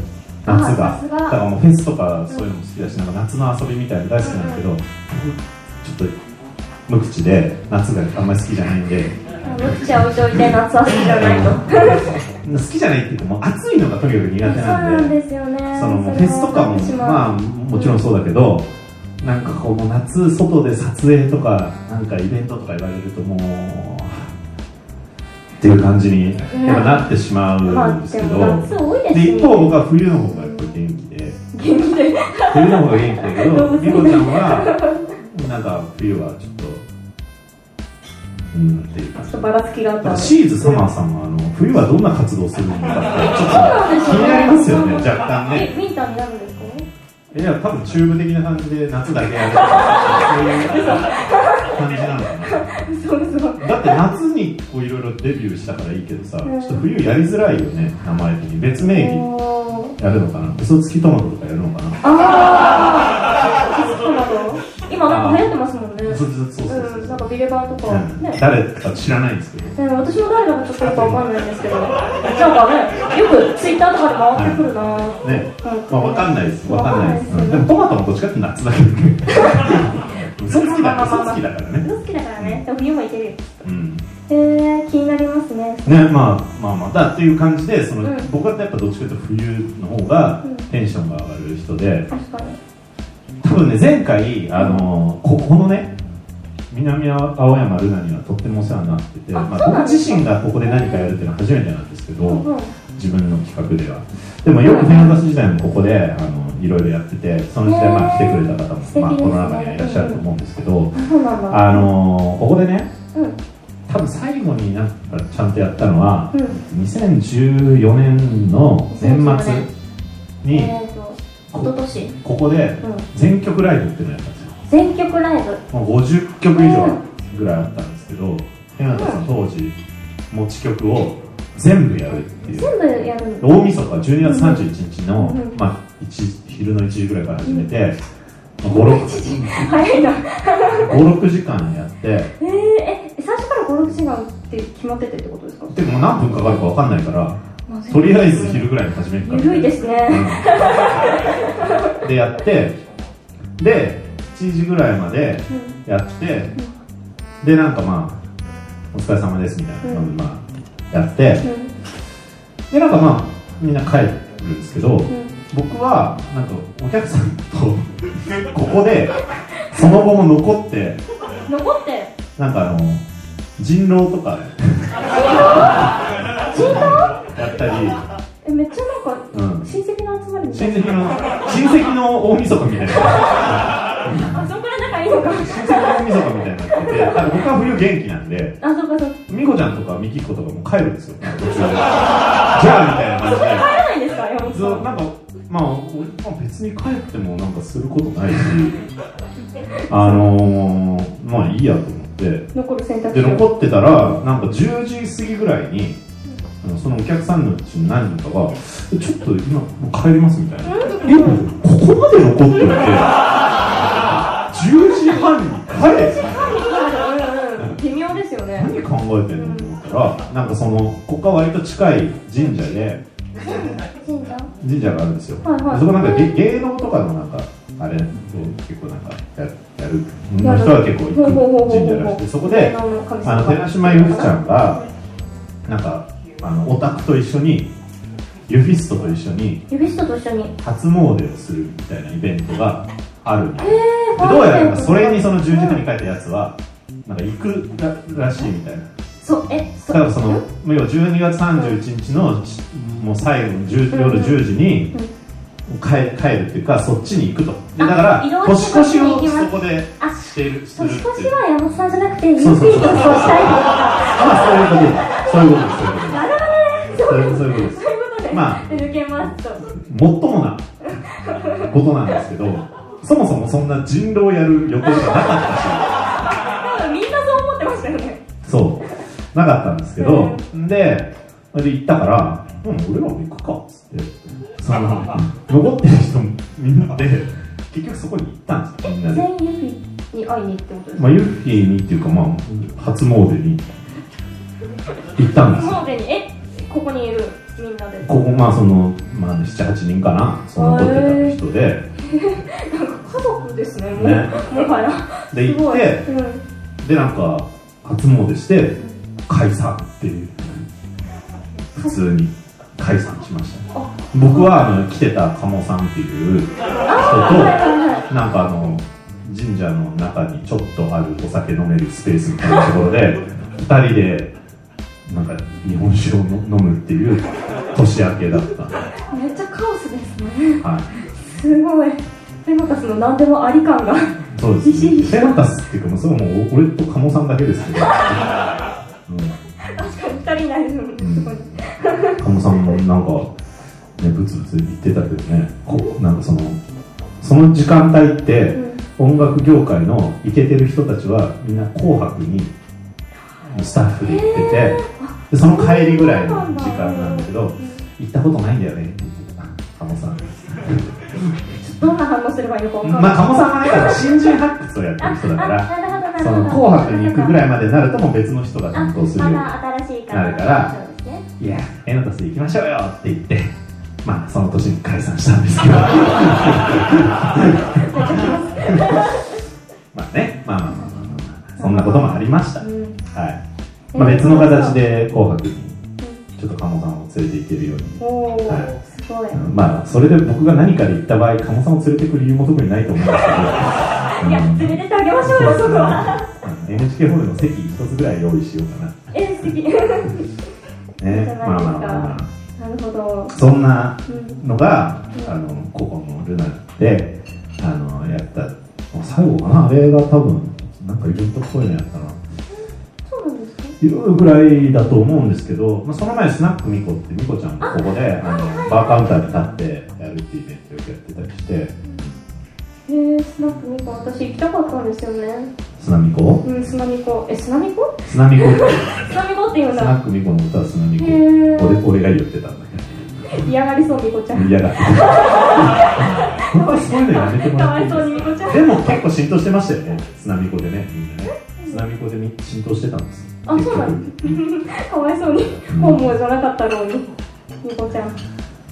S1: 夏
S2: あ
S1: が
S2: さす
S1: だ
S2: が
S1: からもうフェスとかそういうのも好きだし、なんか夏の遊びみたいなの大好きなんですけど、僕ちょっと無口で夏があんまり好きじゃないんで
S2: むくちゃんを置いといて夏は好きじゃないと
S1: 好きじゃないって言っても暑いのがとにかく苦手
S2: そう
S1: な
S2: なん
S1: で
S2: んですよね
S1: その
S2: れは
S1: フェスとかも
S2: 私
S1: まあもちろんそうだけど、なんかこうもう夏外で撮影とかなんかイベントとか言われるともうっていう感じにやっぱなってしまうん
S2: まあ
S1: です
S2: で
S1: けど、
S2: も夏多いです
S1: で
S2: ね
S1: 一方僕は冬の方がやっぱり元気で
S2: 元気で
S1: 冬の方が元気だけ
S2: 動
S1: ど
S2: 物
S1: 美子ちゃんはなんか冬はちょっとうんっていう感
S2: ちょっ
S1: じ
S2: とばらつきがあ
S1: だか
S2: った
S1: ら
S2: の
S1: シーズサマーさんはあの冬はどんな活動するのかってちょっと
S2: そうなんですよね
S1: 気になりますよね若干ね
S2: えウィンターになるんですかね
S1: いや、多分チューブ的な感じで夏だけやるとか、そういう感じなのかな。
S2: そうそう
S1: だって夏にこういろいろデビューしたからいいけどさ、ちょ
S2: ん
S1: っと冬やりづらいよね、名前的に。別名義
S2: おー
S1: やるのかな。嘘つきトマトとかやるのかな。
S2: あーそうなの今なんか流行ってますもんね
S1: そうそうそうそう
S2: うんなんかビレバーとか
S1: うん
S2: ね
S1: 誰か知らないんですけど。
S2: ね私も誰だかちょっとよくわかんないんですけどなんかねよくツイッターとかで回ってくるな
S1: ね
S2: う
S1: ま
S2: ん、
S1: あわかんないです。わかんないです。
S2: わかんないですよ
S1: う
S2: ね
S1: んでもトマトもどっちかって夏だけどね。 嘘つき
S2: まあま
S1: だ、
S2: あまあま
S1: 嘘
S2: あ
S1: つきだからね。
S2: 好きだからねでも冬もいけるよ
S1: うん。
S2: へえ気になりますね
S1: ねまあまあまあだっていう感じでその、
S2: うん
S1: 僕はやっぱどっちかというと冬の方が
S2: うん
S1: テンションが上がる人で
S2: 確かに
S1: 多分ね前回あのーここのね南青山ルナにはとってもお世話になってて
S2: あ
S1: ま
S2: そう
S1: あ、
S2: なん
S1: 僕
S2: ですか
S1: 自身がここで何かやるっていうのは初めてなんですけど、
S2: うん
S1: 自分の企画ではでもよくフェンガス時代もここであのいろいろやっててその時代まあ来てくれた方
S2: 素敵ですね
S1: も、まあ、この中にはいらっしゃると思うんですけど、
S2: そうなんだ
S1: あのーここでね
S2: うん
S1: 多分最後になんかちゃんとやったのは、
S2: うん
S1: 2014年の年末に
S2: えーと一昨年
S1: ここで
S2: うん
S1: 全曲ライブっていうのをやったんですよ
S2: 全曲ライブ
S1: もう50曲以上ぐらいあったんですけどヘナタさん当時持ち曲を全部やるっていう
S2: 全部やるの
S1: 大晦日12月31日の、
S2: うん
S1: まあ、1昼の1時ぐらいから始めて、56
S2: 早いな
S1: 56時間やって
S2: えー、え最初から56時間って決まっててってことですか
S1: でも何分かかるか分かんないからとりあえず昼ぐらいに始めるから
S2: 緩いですね
S1: うんでやってで7時ぐらいまで
S2: う
S1: やって、でなんかまあお疲れ様ですみたいな感じで、まあ、やって、
S2: うん
S1: でなんかまあみんな帰るんですけど、
S2: うん
S1: 僕はなんかお客さんとここでその後も残って
S2: 残って
S1: なんかあの人狼とか
S2: 人狼
S1: やったり、
S2: えめっちゃなんか
S1: うん、
S2: 親戚の集まりみた
S1: 親
S2: い
S1: 戚の親戚の大晦日みたいな。
S2: なあそこら仲いいのか
S1: 親戚の大晦日みたいになってて、あの僕は冬元気なんで、
S2: あそっかそっか
S1: みこちゃんとかみきこことかもう帰るんですよ、途中で。じゃあみたい
S2: 帰
S1: な感
S2: らないんですか山本
S1: じで。
S2: さ
S1: ず
S2: ん
S1: なんか、まあ、俺まあ別に帰ってもなんかすることないし、あのー、まあいいやと思って、
S2: 残る選択肢
S1: で、残ってたら、なんか10時過ぎぐらいに、あのそのお客さんのうちの何人かが「ちょっと今もう帰ります」みたいな「えここまで残ってるって10時半に帰れ」
S2: うんうん、微妙ですよね。
S1: 何考えてんのと思ったらなんかそのここが割と近い神社で
S3: 神社
S1: 神社があるんですよ、
S2: はいはい
S1: そこなんか芸芸能とかのなんかあれを結構なんかややる人
S2: やる
S1: は結構行
S2: ほうほうほう
S1: く
S2: ほう
S1: 神社らしくてそこで
S2: あの神
S1: あの
S2: 様
S1: 寺島由紀ちゃんがなんかあのオタクと一緒にユフィストと一緒に
S2: 指人と一緒に。
S1: 初詣をするみたいなイベントがあるんで
S2: ええ
S1: でどうやらなんかそれにその十字架に書いたやつはなんか行くららしいみたいな
S2: そう、え、
S1: だからその要は12月31日のしもう最後の10夜10時に帰帰るっていうかそっちに行くとでだから
S2: 移動
S1: 年
S2: して
S1: 越し
S2: そっち
S1: を
S2: に行きます
S1: そこで
S2: あ、
S1: してるするっ
S2: 年
S1: て
S2: 越し
S1: いう
S2: は山本さんじゃなくて、ユー
S1: そう
S2: フ
S1: そう
S2: ィ
S1: そう
S2: ートをしたいとか。
S1: まあそういうことですそういうことです
S2: なるほどね。
S1: そういうことです
S2: そういうことで。
S1: まあ
S2: 抜けますと。
S1: もっともなことなんですけど、そもそもそんな人狼やる予定がなかっ
S2: 多分みんなそう思ってましたよね。
S1: たし、そう、なかったんですけど、で、それで行ったから、うん、俺らも行くかっつって、その、残ってる人もみんなで、結局そこに行ったんですよ、みんなで。
S2: 全員ユーフィーに会いに行ってことです
S1: まあ、ユッフィーにっていうか、まあ、初詣に行ったんですよ。
S2: か。神戸に、え、ここにいる、みんなで。
S1: ここ、まあ、その、まあ、7、8人かな、その残ってた人で、
S2: なんか家族ですね、もう。
S1: ね
S2: もはや。
S1: です行っ
S2: ごい。
S1: て、
S2: うん
S1: でなんか初詣して解散っていう普通に解散しましたね僕はあの来てた鴨さんっていう人となんかあの神社の中にちょっとあるお酒飲めるスペースみたいなところで2人でなんか日本酒を飲むっていう年明けだったは
S2: めっちゃカオスですね。
S1: い
S2: すごい。ペマタスの何でもあり感が。
S1: そうで
S2: ひしひし
S1: すねペロタスっていうかもうそれはもう俺と鴨さんだけです けど、うん
S2: 確かに二人いないですもんね。そこに
S1: 鴨さんもなんか、ね、ブツブツ言ってたけどねこなんかそのその時間帯って、音楽業界のイケてる人たちはみんな「紅白」にスタッフで行ってて、でその帰りぐらいの時間なんだけど行ったことないんだよねって言ってた鴨さん
S2: どんな反応すればいいのかわかんない。
S1: まあ鴨さんはねだから新人発掘をやってる人だか
S2: あ
S1: ら
S2: なるほどなるほ
S1: そ
S2: ど
S1: の紅白に行くぐ
S2: い
S1: らいまでになるともう別の人が担当するように
S2: また新しい
S1: なるから
S2: そうですね
S1: いや、エナタス行きましょうよって言って、まあ、その年に解散したんですけど。 まあね、まあまあまあまあまあまあ、そんなこともありました。
S2: うん
S1: はい。まあ、別の形で紅白に、ちょっと鴨さんを連れて行けるように。
S2: おお、
S1: は
S2: すごい
S1: うんまあ、それで僕が何かで行った場合、鴨さんを連れてく理由も特にないと思うんですけど。
S2: いや連れてってあげましょうよそこは
S1: うん NHK ホールの席一つぐらい用意しようかな。
S2: え素敵
S1: ね、
S2: じゃないですか
S1: まあまあまあまあ。
S2: なるほど
S1: そんな
S2: うん
S1: のが、あのここのルナであのやった最後かなあれが多分なんかイベントっぽいのやったな
S2: そうなんですか
S1: いうぐらいだと思うんですけど、まあ、その前スナックミコってミコちゃんがここであのバーカウンターに立ってやるっていうイベントをよくやってたりして
S2: えー、スナックミコ私行きたかったんですよね
S1: スナミコ
S2: うんスナミコえスナミコ
S1: スナミコって
S2: スナミコって言うん
S1: スナ
S2: だ
S1: ックミコの歌はスナミコ
S2: へー
S1: 俺俺が言ってたんだけど
S2: 嫌がりそうミコちゃん
S1: 嫌がって本当にそういうのやめても
S2: から
S1: っ
S2: わ
S1: ていい
S2: い
S1: ですか
S2: そうにミコちゃん
S1: でも結構浸透してましたよね、津波粉でね、みんなね。津波粉でみ浸透してたんですよ。
S2: あそうなのかわいそうに本望じゃなかったのにミコちゃん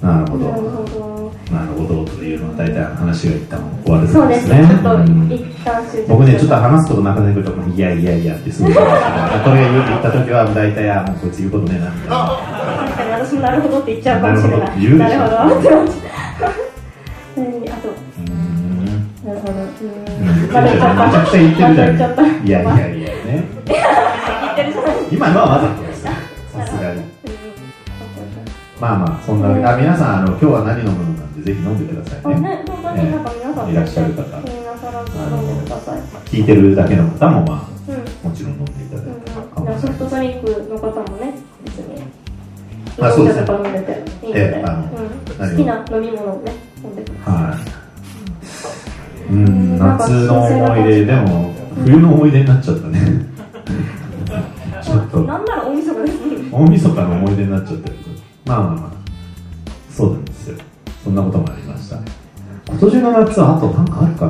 S1: なるほ
S2: なる
S1: ど。
S2: ほど
S1: なるほどというのは大体話が一旦終わる
S2: そうん
S1: で
S2: ですす
S1: ね
S2: ね。ちょっと
S1: うん
S2: 一旦終了
S1: 僕ね、ちょっと話すことなくなると、いやいやいやってすぐ言うんですけど、これ言った時は大体、あ、もうこいつ言うことねえな、みたいな。
S2: 確かに私もなるほどって言っちゃうかもしれない。
S1: なるほど
S2: なるほど。うんあと、
S1: うーん。
S2: なるほど。うん
S1: めち
S2: ま
S1: ゃ
S2: だ
S1: く
S2: 言っ
S1: ち
S2: ちゃった。
S1: ゃ言ってるじゃ
S2: まだ言っちゃった
S1: ん。いやいやいやね。
S2: 言ってるじゃないです
S1: 今のはわざとですよ。さすがに。まあまあ、そんなわけで、あ、皆さん、あの、今日は何飲むのなんで、ぜひ飲んでくだ
S2: か。
S1: さ
S2: あ
S1: いね。
S2: ね、本当になんか皆さん
S1: いらっしゃる方
S2: 気になさらず飲んでください。
S1: 聞いてるだけの方も、まあ、
S2: うん。
S1: もちろん飲んでいただいて
S2: う
S1: 構わ
S2: ん。じゃ
S1: な
S2: あ
S1: い
S2: ソフトドリンクの方もね、別に。
S1: あそうですね
S2: 飲んじゃったから飲んでていいので
S1: ええあの、
S2: うん、好きな飲み物をね、飲んでください。
S1: はい。うん、夏の思い出、でも、冬の思い出になっちゃったね。ちょっと、
S2: なんなら大晦日ですね。
S1: 大晦日の思い出になっちゃってるまあまあまあそうなんですよそんなこともありました今年の夏はあとなんかあるか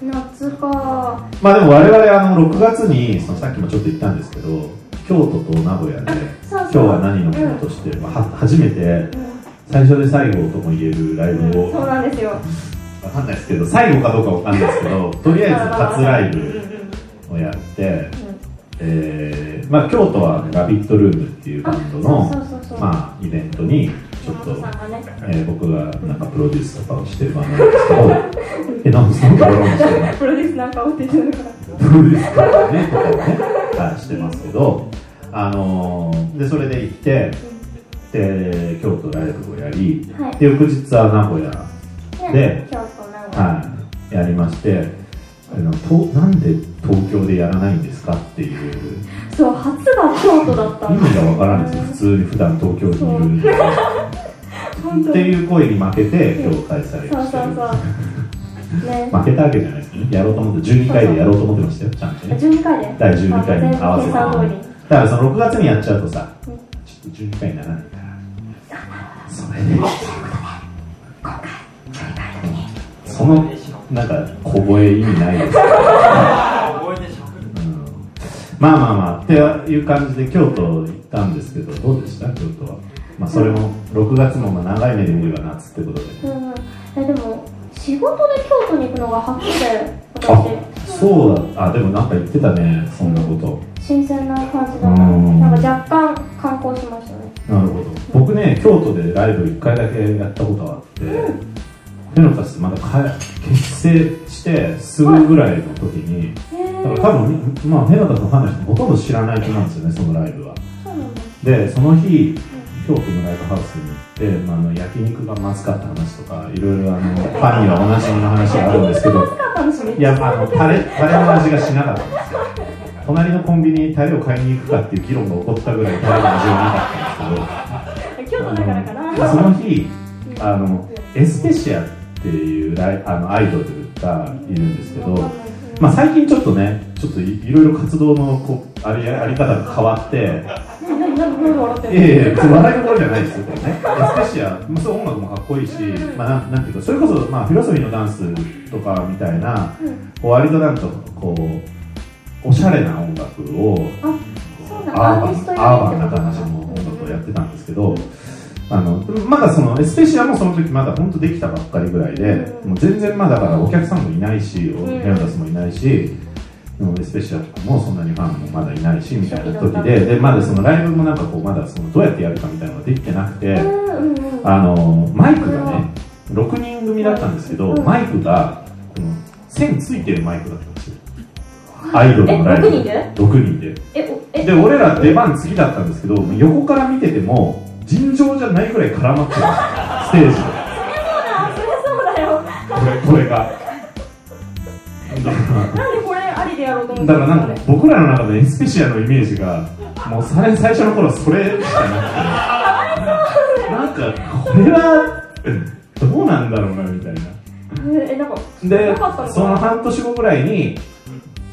S1: な
S2: 夏か
S1: まあでも我々あの6月にそのさっきもちょっと言ったんですけど京都と名古屋で
S2: そうそう
S1: 今日は何のものとして、まあ、は初めて最初で最後とも言えるライ
S2: うん
S1: ブを、
S2: そう
S1: わ
S2: なんですよ
S1: かんないですけど最後かどうかわかんないですけ どとりあえず初ライブをやって、えーまあ、京都はね「ラビットルーム」っていうバンドの
S2: あそうそうそうそう
S1: まあ、イベントにちょっ
S2: 山
S1: と
S2: 本、さんがね
S1: えー僕がなんかプロデュースとかをしてるバンドなんですけど えなんでそんなことしてるの
S2: プロデュースなんかをって言ってたから
S1: プロデュースとかね、とかをね、はいしてますけど、あのーで、それで行って、で、京都ライブをやり、
S2: はい
S1: で、翌日は名古屋、で
S2: 京都名古屋
S1: はい、やりまして、あのとなんで東京でやらないんですかっていう、
S2: そう初が京都だった
S1: 意
S2: んで
S1: 味
S2: す
S1: がわからないですよ、普通に普段東京にいるんで。
S2: 本当
S1: って
S2: に
S1: いう声に負けて、今日開催してる
S2: そうそうそうね
S1: 負けたわけじゃないですね、やろうと思って、12回でやろうと思ってましたよ、ちゃんとね。
S2: 12回で
S1: 第12回に合わせて、
S2: あ全部計算通り
S1: だからその6月にやっちゃうとさ、
S2: うん
S1: ちょっと12回にならないからそれでそのなんか小声意味ないですけど、うんまあまあまあっていう感じで京都行ったんですけどどうでした京都は、まあ、それも6月もまあ長い目で見れば夏ってことで
S2: うんえでも仕事で京都に行くのが初で
S1: あ
S2: 私
S1: そうだあでもなんか言ってたねそんなこと
S2: 新鮮な感じだった
S1: うん
S2: なんか若干観光しましたね
S1: なるほど僕ね京都でライブ1回だけやったことがあって、フェノタスまだか結成してすぐぐらいの時に、
S2: へえ
S1: だから多分、まあ、フェノタスのファンの人ほとんど知らない人なんですよねそのライブは
S2: そうなんだ
S1: でその日京都のライブハウスに行って、まあ、あの焼肉がまずかった話とかいろいろあのファンにはおなじみの話があるんですけど
S2: 楽しかったんですね
S1: いや、あの、タレ、タレの味がしなかったんですよ。隣のコンビニにタレを買いに行くかっていう議論が起こったぐらいタレの味がなかったんですけど。
S2: 京都だからかな
S1: その日あのエスペシアっていうライあのアイドルがいるんですけど、まあ、最近ちょっとねちょっといいろいろ活動のこうありあり方が変わって
S2: 何何何何笑って
S1: い
S2: る
S1: やいやいや笑いどころじゃないですよこれねエスペシアまあそう音楽もかっこいいし、まあ、なんなんていうかそれこそ、まあ、フィロソフィーのダンスとかみたいな、こう割となんかこうおしゃれな音楽を
S2: そうなんだ
S1: アー
S2: ア
S1: バ
S2: ーティスト
S1: ン
S2: や
S1: アー
S2: る
S1: バンな感じの
S2: って
S1: 音
S2: こと
S1: 楽をやってたんですけど、あのまだそのエスペシアもその時まだ本当できたばっかりぐらいで、
S2: うん
S1: もう全然まあだからお客さんもいないし、
S2: ん
S1: ヘロダスもいないし、エスペシアとかもそんなにファンもまだいないしみたいな時で、でまだそのライブもなんかこうまだそのどうやってやるかみたいなのができてなくて、
S2: うんうんうん
S1: あのマイクがね、6人組だったんですけど、
S2: うん
S1: マイクがこの線ついてるマイクだったんですよ。アイドルのライブ
S2: え六人
S1: 6人で
S2: でえおえ
S1: で俺ら出番次だったんですけど横から見てても尋常じゃないくらい絡まってたステージで
S2: あそりゃそうだよ
S1: これこれが だか
S2: なんでこれありでやろうと思
S1: ら
S2: っ
S1: だか
S2: た
S1: らなんか僕らの中でエスペシアのイメージがもうされ最初の頃それしかなくてなんかこれはどうなんだろうなみたいな
S2: ええなんか
S1: で
S2: なかったのかな
S1: その半年後ぐらいに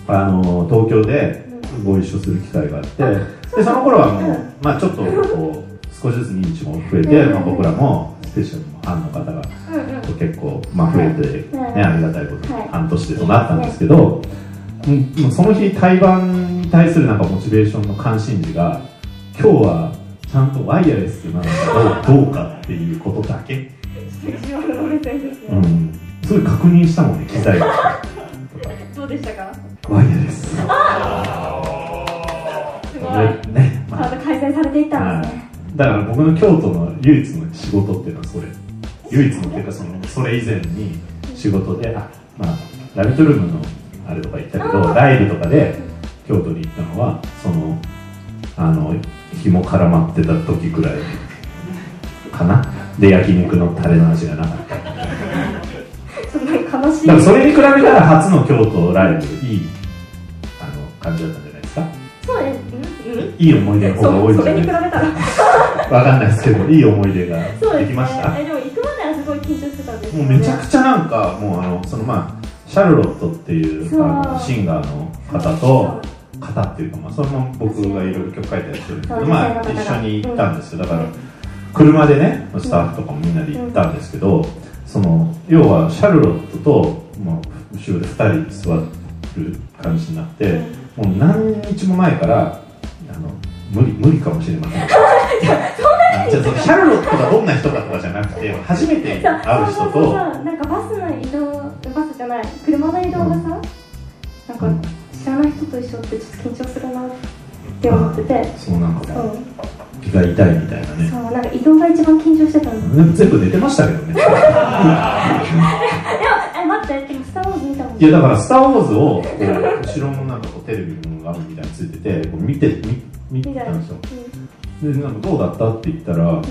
S1: あの東京でご一緒する機会があってでその頃はもう、まあ、ちょっとこう少しずつ認知も増えて、
S2: うん
S1: まあ、僕らもスペシャルのファンの方が
S2: うんうん
S1: 結構、まあ、増えて、
S2: うん
S1: ね、ありがたいことに
S2: はい
S1: 半年でとなったんですけど、うんもうその日対バンに対するなんかモチベーションの関心事が今日はちゃんとワイヤレスなのかどうかっていうことだけ
S2: 藤原の目線です
S1: う
S2: ね
S1: ん、すごい確認したもんね、機材 が。
S2: どうでしたか
S1: ワイヤです。
S2: すごい
S1: ね、ね、
S2: ち
S1: ま
S2: ゃんと改善されてい
S1: あ、
S2: たん
S1: は
S2: ですね
S1: い。だから僕の京都の唯一の仕事っていうのはそれ。唯一のっていうか、その、それ以前に仕事で、あ、まあ、ラビトルームのあれとか言ったけど、ライブとかで京都に行ったのは、その、あの、紐絡まってた時くらいかな。で、焼肉のタレの味がなかった。
S2: ちょっとなんか悲しい
S1: だからそれに比べたら初の京都ライブいいあの感じだったんじゃないですか
S2: そうですうんうん
S1: いい思い出の方が多いんじ
S2: そそ
S1: ゃな
S2: れ
S1: い
S2: に
S1: です
S2: 比べ
S1: か
S2: たら
S1: わかんないですけどいい思い出
S2: そう
S1: がで
S2: で
S1: すき
S2: ね
S1: ました
S2: えでも行くまではすごい緊張してたんです
S1: もうめちゃ
S2: ち
S1: くちゃなんかもうあのそのまあシャルロットっていう
S2: そう
S1: あのシンガーの方と語方っていうか、まあ、それも僕がいろいろ曲書いたりするんですけ
S2: そう
S1: ど、まあ、
S2: 女性の
S1: 一
S2: 方が
S1: 緒に行ったんですよだから車でねスタッフとかもみんなで行ったんですけど、その要はシャルロットと、まあ、後ろで2人座る感じになって、もう何日も前からあの無理無理かもしれませんあじゃあそのシャルロットがどんな人かとかじゃなくて初めて
S2: そう
S1: 会う人
S2: そうそうそう
S1: と
S2: なんかバスの移動バスじゃない車の移動がさ、なんか知らない人と一緒ってちょっと緊張するなって思ってて、
S1: そうなん
S2: そ
S1: か
S2: う
S1: 気が痛いみたいなね
S2: そうなんか移動が一番緊張してたのでも
S1: 全部寝てましたけど ね
S2: え待ってでもスター・ウォーズ見たもん
S1: いやだから「スター・ウォーズ」をこう後ろのなんかこうテレビの画面みたいについててこう見て見見
S2: みた
S1: た
S2: いな、
S1: ん
S2: う
S1: ですよ
S2: ん
S1: でなんかどうだったって言ったら、なんか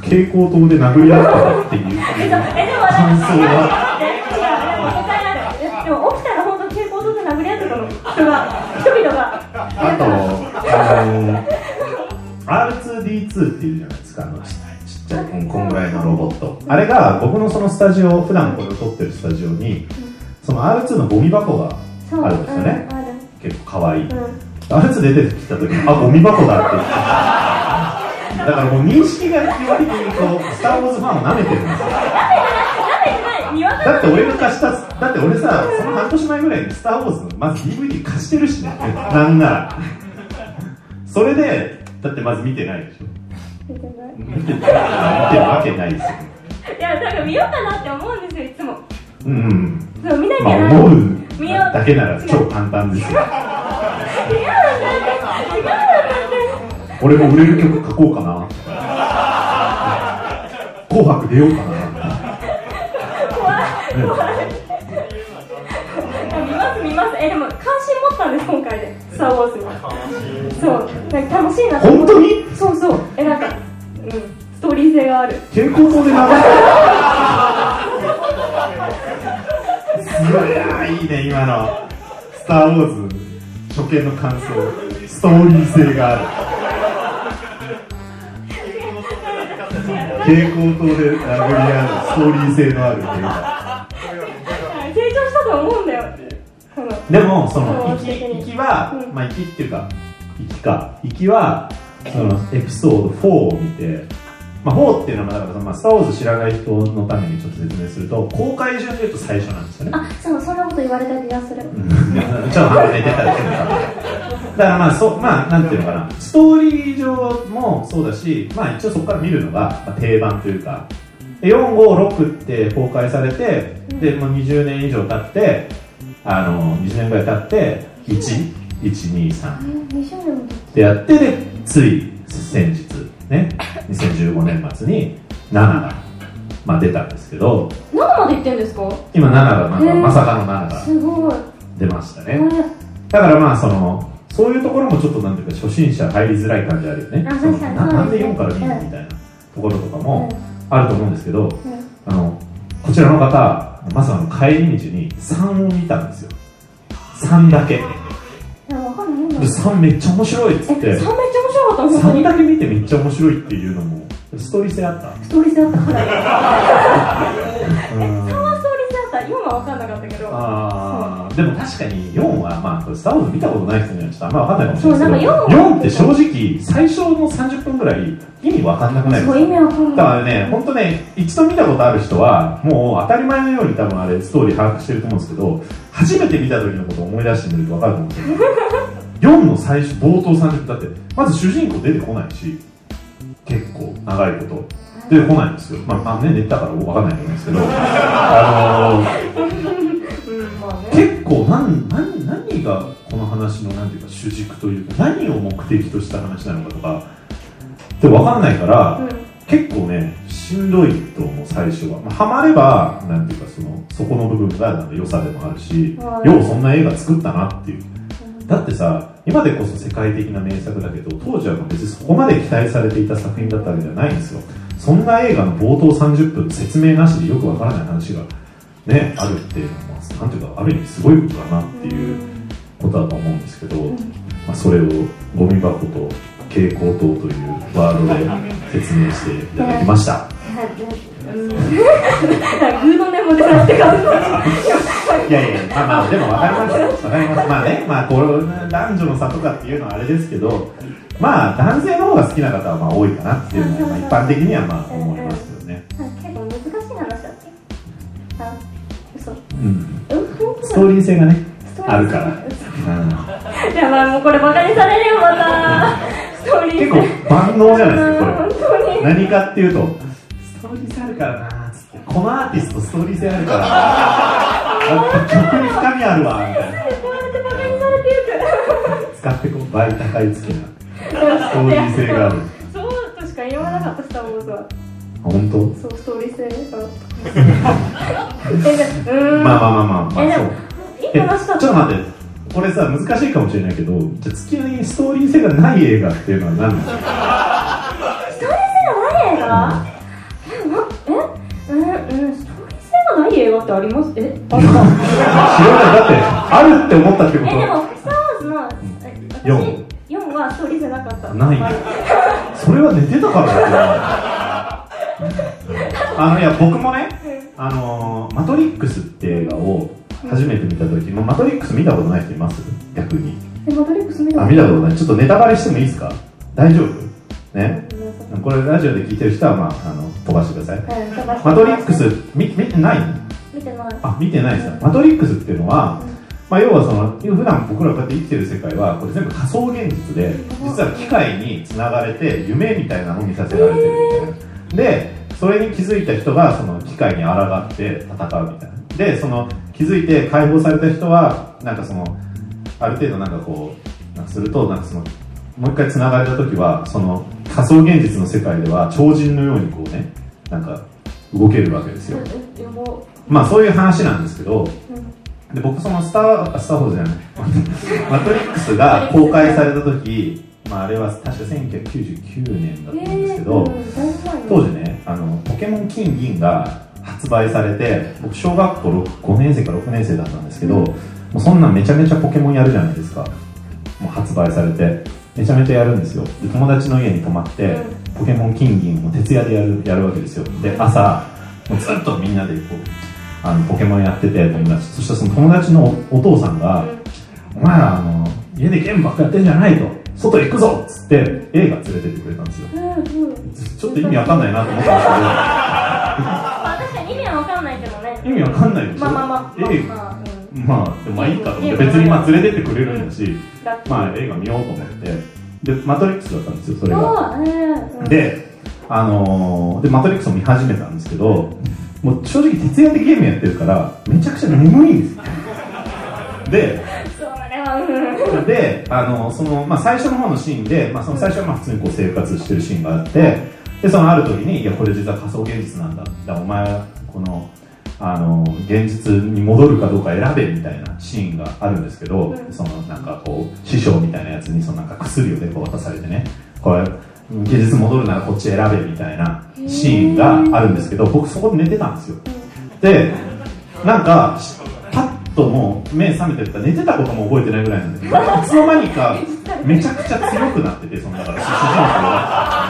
S1: 蛍光灯で殴り合ったっていう
S2: えでもなんか
S1: 感想が
S2: え違うでも他にあるえでも起きたら本当蛍光灯で殴り合ってたの人が人々が
S1: あとあの R2D2 っていうじゃないですかあのちちっちゃいこんこんぐらいのロボットあれが僕のそのスタジオ普段これを撮ってるスタジオにその R2 のゴミ箱が
S2: そう
S1: あるんですよね
S2: うんある
S1: 結構可愛い
S2: うん
S1: あれつ出てきた時にあゴミ箱だって言ってだからもう認識が基本的にこうスター・ウォーズファンを舐めてるんですよ
S2: はいにわか
S1: だって俺が貸しただって俺さその半年前ぐらいに「スター・ウォーズ」のまず DVD 貸してるしねなんならそれでだってまず見てないでしょ
S2: みたいな
S1: 見てない見てるわけないですよ
S2: いやなんか見ようかなって思うんですよいつも
S1: うんうん
S2: そう見なきゃ
S1: まあ
S2: な
S1: 思う
S2: 見よう
S1: だけなら超簡単ですよ俺も売れる曲書こうかな紅白出ようかな
S2: 見ます見ますえでも関心持ったんです今回で「スター・ウォーズ」にそうなんか楽しいなと思
S1: 本
S2: っ
S1: 当に
S2: てそうそうえなんかうんストーリー性がある
S1: 蛍光灯で流すすごいなあいいね今の「スター・ウォーズ」初見の感想ストーリー性がある蛍光灯で殴り合うストーリー性のある映画
S2: はい成長したと思うんだよその
S1: でもその
S2: そう
S1: 行き行きは
S2: うん
S1: まあ行きっていうか行きか行きはそのエピソード4を見てまあ4っていうのはだからまあスター・ウォーズ知らない人のためにちょっと説明すると公開順で言うと最初なんですよね
S2: あそうそんなこと言われた気がする
S1: うんちょっと離れてただけだから。だからまあそう、まあなんていうのかな、ストーリー上もそうだし、まあ一応そこから見るのがまあ定番というか、4、5、6って公開されて、で、もう20年以上経って、あの、20年ぐらい経って、1、1、2、3
S2: あ、2周年も経っ
S1: ってやって、で、つい先日、ね、2015年末に7が、まあ出たんですけど、
S2: て何まで言ってんですか
S1: 今7が、なんかまさかの7が
S2: すごい
S1: 出ましたね。
S2: あ
S1: だからまあそのそういうところもちょっとなんていうか初心者入りづらい感じあるよね
S2: あ確かに
S1: ななん
S2: そ
S1: で
S2: うですね
S1: 4から見るのみたいなところとかもあると思うんですけど、
S2: んうん
S1: あのこちらの方まさかの帰り道に3を見たんですよ3だけで
S2: いやわかんないもんだ
S1: 3めっちゃ面白いっ
S2: え
S1: つ
S2: 3
S1: っ
S2: めってちゃ面白かった本当
S1: 3
S2: に
S1: だけ見てめっちゃ面白いっていうのもストーリー性あった
S2: ストーリー性あったから
S1: うん
S2: 3はストーリー性あった今はわかんなかったけど
S1: あーでも確かに4は、まあ、これスター・ウォーズ見たことない人にはちょっとあんま分かんないかもしれないですけど
S2: そうなんか4
S1: 4, って正直最初の30分ぐらい意味分かんなくないです
S2: そう
S1: か
S2: 意味わかん
S1: だ
S2: ない
S1: からね本当ね一度見たことある人はもう当たり前のように多分あれストーリー把握してると思うんですけど初めて見た時のことを思い出してみると分かると思うんですよ4の最初冒頭30分だってまず主人公出てこないし結構長いこと出てこないんですよまあ、まあね寝てたから分かんないと思うんです けどあのー
S2: うんまあね
S1: 結構なん何何がこの話のなんていうか主軸というか何を目的とした話なのかとかって分かんないから、結構ねしんどいと思う最初は、まあ、ハマればなんていうかそのそこの部分がなんか良さでもあるし、
S2: はい
S1: ようそんな映画作ったなっていう、だってさ今でこそ世界的な名作だけど当時は別にそこまで期待されていた作品だったわけじゃないんですよそんな映画の冒頭30分説明なしでよくわからない話がねあるっていうのはまあなんていうかある意味すごいことだなっていうことだと思うんですけど、まあ、それをゴミ箱と蛍光灯というワードで説明していただきました、
S2: いやからグーの根も出なくて感じ
S1: いやいや、まあまあ、でも分かります、分かります、まあね、まあ、こう男女の差とかっていうのはあれですけど、まあ、男性の方が好きな方はまあ多いかなっていうのは、まあ、一般的にはまあ思いますよね。
S2: 結構難しい話だっけあ嘘
S1: うん、
S2: うん
S1: ストーリー性がね、
S2: ストーリー
S1: あるから。うん
S2: やばいもうこれバカにされるよまたストーリー
S1: 結構万能じゃないですか、これ
S2: 本。当に
S1: 何かっていうとストーリー性あるからなーっつってこのアーティストストーリー性あるからなー曲に深みあるわーみたいな
S2: こうやってバカにされてる
S1: 使ってこう倍高いつけなス
S2: ス
S1: トーリー性がある
S2: そうとしか言わなかったスター・ウォーズは
S1: 本当
S2: そうストーリー性がえじゃあうーん
S1: まあまあまあまあま
S2: え
S1: あ
S2: で
S1: そ
S2: も
S1: う
S2: いい
S1: えちょ
S2: 話だ
S1: っ
S2: った
S1: と待ってこれさ難しいかもしれないけどじゃあ月にストーリー性がない映画っていうのは何なの
S2: ストーリー性がない映画え、ま、え、うん、うん、ストーリー性がない映画ってありますえ、あるか
S1: 知らないだってあるって思ったってこ
S2: え、で
S1: と
S2: も、スター・ウォーズの、
S1: 四
S2: 私、4はストーリー性なかった。
S1: ない
S2: はい
S1: それは寝てたからだよあのいや僕もねあのーマトリックス」って映画を初めて見た時のマトリックス見たことない人います逆に
S2: え、マトリックス見た
S1: あ
S2: こ
S1: 見たことないちょっとネタバレしてもいいですか大丈夫ね
S2: とない
S1: これラジオで聞いてる人はまああの飛ばしてください
S2: はい飛ばして
S1: マトリックス見見てない
S2: 見てない。
S1: あ見てないですかマトリックスっていうのは、まあ、要はその普段僕らがこうやって生きてる世界はこれ全部仮想現実で実は機械につながれて夢みたいなのを見させられてるみたいなでそれに気づいた人がその機械に抗って戦うみたいなでその気づいて解放された人はなんかそのある程度なんかこうなんかするとなんかそのもう一回つながれた時はその仮想現実の世界では超人のようにこうねなんか動けるわけですよ
S2: え、やば。
S1: まあそういう話なんですけど、
S2: うん
S1: で僕そのスター、あスターフォーズじゃ ない、マトリックスが公開された時、まああれは確か1999年だったんですけど、
S2: えー、だいぶ前
S1: 当時ね、あの、ポケモン金銀が発売されて、僕小学校6 5年生か6年生だったんですけど、もうそんなんめちゃめちゃポケモンやるじゃないですか。もう発売されて、めちゃめちゃやるんですよ。で友達の家に泊まって、ポケモン金銀を徹夜でやるやるわけですよ。で、朝、もうずっとみんなでこう、あのポケモンやってて友達そしたらその友達のおお父さんが「お前らあの家でゲームばっかやってんじゃない」と「外行くぞ」っつって映画連れてってくれたんですよ
S2: うん、うん。
S1: ちょっと意味わかんないなと思ったんです
S2: まあ、確かに意味はわかんないけどね
S1: け。ど意味わかんないでしょ
S2: まあまあまあ、まあ
S1: ええ
S2: まあ、うん。
S1: まあでもまあいいかと思って別にまあ連れてってくれるんだし
S2: ラッキー。
S1: まあ映画見ようと思ってで「マトリックス」だったんですよそれが
S2: あー、えー、うん。
S1: で、あのーで、マトリックスを見始めたんですけど、もう正直徹夜でゲームやってるから、めちゃくちゃ眠いんですよ。で、
S2: それは、うん。
S1: で、あのーその、まあ最初の方のシーンで、まあその最初はまあ普通にこう生活してるシーンがあって、で、そのある時に、いや、これ実は仮想現実なんだ。だからお前は、この、あのー現実に戻るかどうか選べみたいなシーンがあるんですけど、
S2: うん
S1: そのなんかこう師匠みたいなやつにそのなんか薬をねこう渡されてねこれ現実戻るならこっち選べみたいなシーンがあるんですけど僕そこで寝てたんですよでなんかパッともう目覚めてった寝てたことも覚えてないぐらいなんだけどいつの間にかめちゃくちゃ強くなっててそのだから主人公が。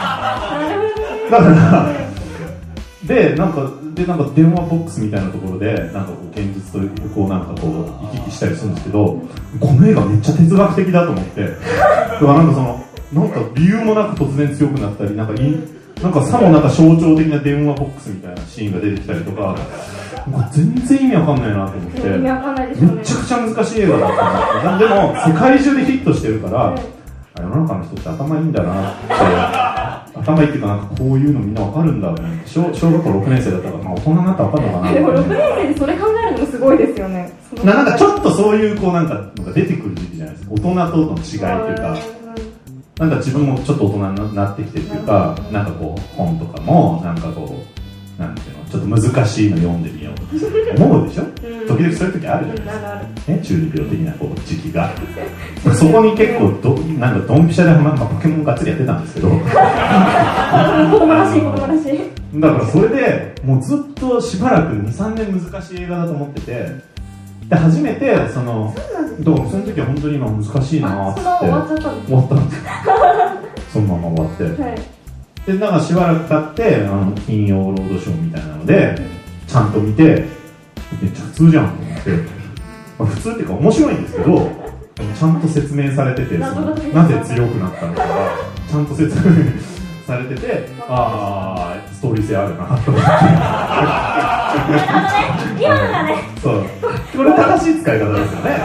S2: なるほど。
S1: だから、で、なんか、で、なんか電話ボックスみたいなところで、なんかこう、現実と、こう、なんかこう、行き来したりするんですけど、この映画めっちゃ哲学的だと思って、だからなんかその、なんか理由もなく突然強くなったり、なんかい、なんかさもなんか象徴的な電話ボックスみたいなシーンが出てきたりとか、なんか全然意味わかんないなと思って。
S2: 意味わかんないでしょうね
S1: めちゃくちゃ難しい映画だったんですけどでも世界中でヒットしてるから、あ世の中の人って頭いいんだなって頭いいっていうかなんかこういうのみんなわかるんだろうね小小学校6年生だったから、まあ、大人になったらわかるのかな
S2: でも
S1: み
S2: 6
S1: たい
S2: 年生でそれ考えるのもすごいですよね。
S1: ななんかちょっとそういうこうなんかのが出てくる時期じゃないですか大人との違いっていうかなんか自分もちょっと大人になってきてっていうかなんかこう本とかもなんかこうなんていうのちょっと難しいの読んでみようとか思うでしょ時々そういう時あるじゃないですか
S2: あるある。
S1: ね、中二病的なこう時期がそこに結構どなんかドンピシャで、まあ、ポケモンがっつりやってたんですけどだ
S2: 子供らしい、子供らしい。
S1: からそれでもうずっとしばらく23年難しい映画だと思っててで初めてそのどうその時は本当に今難しいなーっ
S2: あ、その終わっ
S1: つっ
S2: ち ゃったん
S1: て
S2: で
S1: 終わったんですよそのまま終わって
S2: す。はい。
S1: でなんかしばらく経ってあの金曜ロードショーみたいなのでちゃんと見てめっちゃ普通じゃんと思って、まあ、普通っていうか面白いんですけどちゃんと説明されててそのなぜ強くなったのかがちゃんと説明されててああストーリー性あるなと思って
S2: 今のがね
S1: そうこれ正しい使い方ですよねね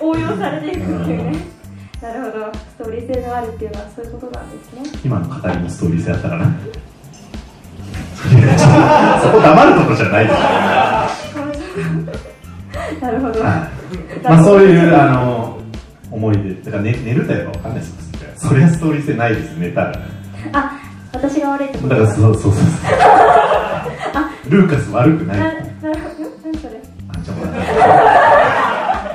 S2: 応用されていくっていうねなるほどストーリー性のあるっていうのはそういうことなんですね
S1: 今の語りもストーリー性あったかないやちょっとそこ黙ることじゃないです
S2: なるほど
S1: まあそういうあの思い出だから寝寝るとやっぱわかんないですよそりゃストーリー性ないです寝たらだ
S2: あ私が悪いってこと
S1: からそうそうそうそうルーカス悪くない
S2: な
S1: あ
S2: なるほどん何それ
S1: じゃあもう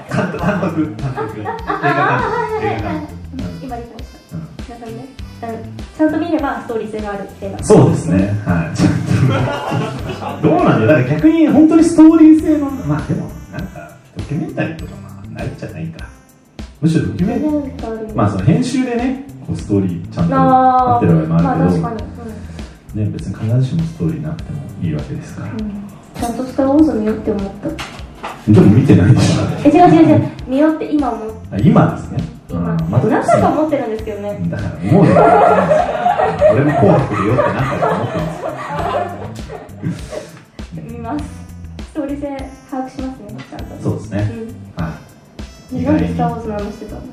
S1: 監督監督監督映画
S2: あ
S1: 監
S2: あ
S1: 督
S2: はいは
S1: 映
S2: い
S1: 画監督
S2: はいうん今理解し
S1: うんうん
S2: たなんかねあのちゃんと見ればストーリー性があるっていうのは
S1: そうですね、はい、ちょっとどうなんだよ、だから逆に本当にストーリー性の、まあでも、なんか、ドキュメンタリーとか、まあ、ないじゃないか、むしろドキュメン
S2: ねストーリー
S1: まあ、その編集でね、こうストーリーちゃんと
S2: あ
S1: な
S2: あ
S1: ってる場合もあるけど、
S2: まあ確かに、うん
S1: ね、別に必ずしもストーリーなくてもいいわけですから、
S2: ちゃんとスター・ウォーズ見ようって思った
S1: でも見てないでし
S2: え違う違う違う見ようって今思う
S1: ょ、今ですね、
S2: 今、
S1: うん
S2: ま
S1: ま
S2: た
S1: た
S2: 何だか思ってるんですけどね
S1: だから思うよ、俺も紅白でよってなんか思ってます。
S2: 見ますストーリー性把握しますねちゃんと
S1: そうですね、は
S2: う
S1: い、
S2: ん
S1: 意
S2: な
S1: 外
S2: んでス
S1: に
S2: ター・ウォーズの話してたの
S1: い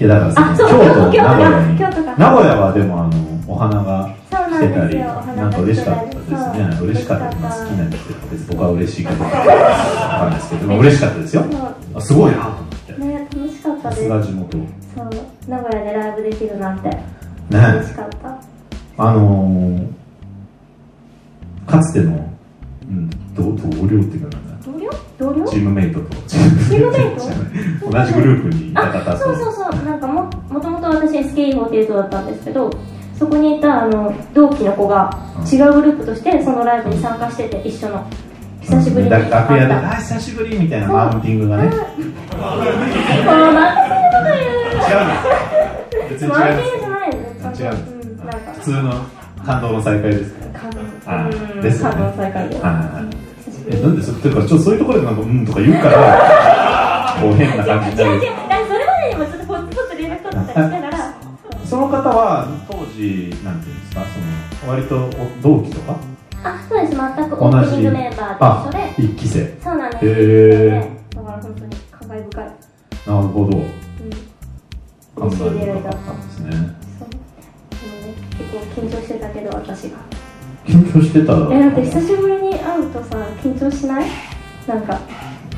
S1: やだからその
S2: あそう
S1: 京都
S2: 京都
S1: 名古屋に
S2: 京都か
S1: 名古屋はでもあのお花が
S2: そう
S1: 来
S2: なん
S1: てた
S2: です
S1: り
S2: よお
S1: なん
S2: 花
S1: か
S2: が
S1: 嬉しかったですね嬉しかったまあ好きな人って僕は嬉しいけどなんですけどまあ嬉しかった ですよあすごいなと思って
S2: そうね楽しかった
S1: さ
S2: ですす
S1: が地元ね
S2: そう名古屋でライブできるなん て嬉しかった
S1: あのー、かつての、うん、同同僚っていうかなんだ
S2: 同僚同僚
S1: チームメイトとチ
S2: ームメイト
S1: ト同じグループにいた方
S2: あ
S1: と
S2: そうそうそうなんかももともと私 SKE48 だったんですけどそこにいたあの同期の子が
S1: うん
S2: 違うグループとしてそのライブに参加してて一緒の久しぶりに
S1: だ
S2: 会っ
S1: から楽屋で「
S2: た
S1: あ久しぶり」みたいなマウンティングがね違うん
S2: このなんかそういうこ
S1: です別
S2: と言
S1: に
S2: う
S1: 違い
S2: マウン
S1: ま
S2: テ
S1: すあ違
S2: ィングじゃないですね
S1: うん
S2: うんなんか
S1: 普通の感動の再会ですから
S2: 感動
S1: あ
S2: うん
S1: ですよね
S2: 感動再会で
S1: あ
S2: 久しぶり
S1: えなんでそれというかちょっとそういうところでなんか「うん」とか言うからこう変な感じにな
S2: 違う違う
S1: る
S2: 違うだからそれまでにもちょっとこうちょっと連絡取ってたりしながら
S1: その方は当時なんていうんですかその割とお同期とか
S2: あそうです全く
S1: 同
S2: オープニン
S1: じ
S2: グメンバー
S1: あ
S2: と一緒で
S1: 一期生へ
S2: そうなんです
S1: えー、
S2: よねだから本当に感慨深い
S1: なるほど
S2: うん、
S1: 考
S2: 嬉しい出
S1: え
S2: 会
S1: ないか
S2: だっ
S1: ったたんですね
S2: そうでもね結構緊張してたけど私が
S1: 緊張してた
S2: えだって久しぶりに会うとさ緊張しないなんか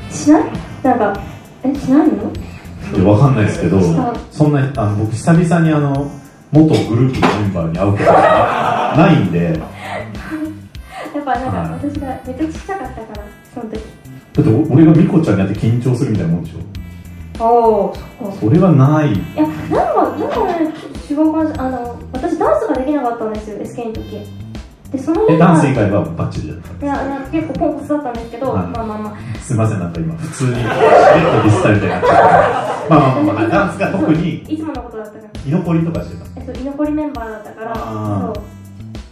S2: しないなんかえしないの
S1: いやわかんないですけど
S2: そう
S1: そんなあの僕久々にあの元グループのメンバーに会うことがないんで
S2: やっぱなんか私がめっちゃちっちゃかったからその時
S1: だってお俺がミコちゃんに会って緊張するみたいなもんでしょ
S2: おお
S1: それはない
S2: いやなんかなんかね違う感じあの私ダンスができなかったんですよ SK の時でその
S1: えダンス
S2: い
S1: 以外はバッチリだったんで
S2: やなんか結構ポンコツだったんですけど、
S1: はい
S2: まあまあまあ
S1: すすいませんなんか今普通にしれっとディスったみたいになっちゃったまあまあまあ、まあ、ダンスが特に
S2: いつものことだったから
S1: 居残りとかしてた
S2: えそう居残りメンバーだったから
S1: あー
S2: そう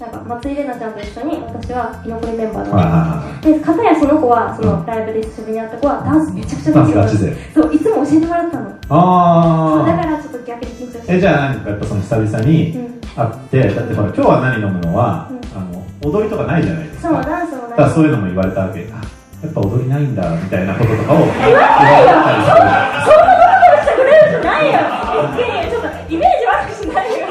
S2: なんか松井玲奈ちゃんと一緒に私は居残りメンバーだった
S1: あ
S2: で片やその子はそのライブで久しぶりに会った子はダンスめちゃくちゃ
S1: ダン
S2: で
S1: ス
S2: きる
S1: ガチで
S2: そういつも教えてもらったの
S1: ああ
S2: そうだ
S1: あ
S2: からちょっと逆に緊張して
S1: えじゃあなんかやっぱその久々
S2: う
S1: に
S2: ん、
S1: 会ってだってほら今日は何飲むのは、
S2: うん
S1: あの踊りとかないじゃないです
S2: そう
S1: か
S2: ダンスも
S1: だ
S2: ない
S1: からそういうのも言われたわけあやっぱ踊りないんだみたいなこととかを言 われたりする
S2: そんなことしてくれるんじゃないよいやいやちょっとイメージ悪くしないよ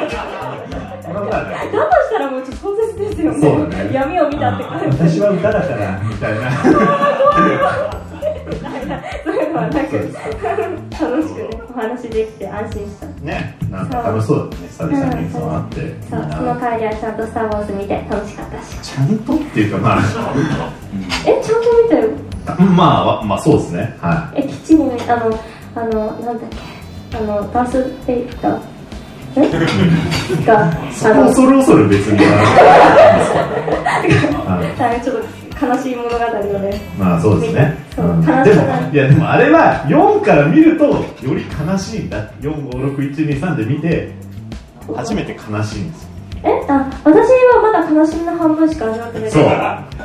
S1: そんなことはない
S2: だとしたらもうちょっと壮絶ですよね
S1: そうだね
S2: 闇を見たって感じ
S1: 私は歌だからみたいな
S2: そういうのはなく
S1: そうで
S2: 楽しくねお話できて安心した
S1: ねなんか楽しそうだね久々にそうなっていい
S2: そうそ
S1: な
S2: の帰りはちゃんと「スター・ウォーズ」見て楽しかったし
S1: ちゃんとっていうかま
S2: えちゃんと見たよ
S1: あ まあわまあそうですねは
S2: えきっちり見たあのあのなんだっけあのダース・ベイダー えが
S1: いそ
S2: あ
S1: こ
S2: の
S1: 恐る恐る別に言わなくていいです からはい
S2: なんかちょっと悲しい物語のね
S1: まあそうですね。
S2: そう
S1: うんで
S2: 悲しくな
S1: も、いやでもあれは4から見るとより悲しいんだ。4、5、6、1、2、3で見て、初めて悲しいんですよ
S2: えあ私はまだ悲しみの半分しか味わってない
S1: そう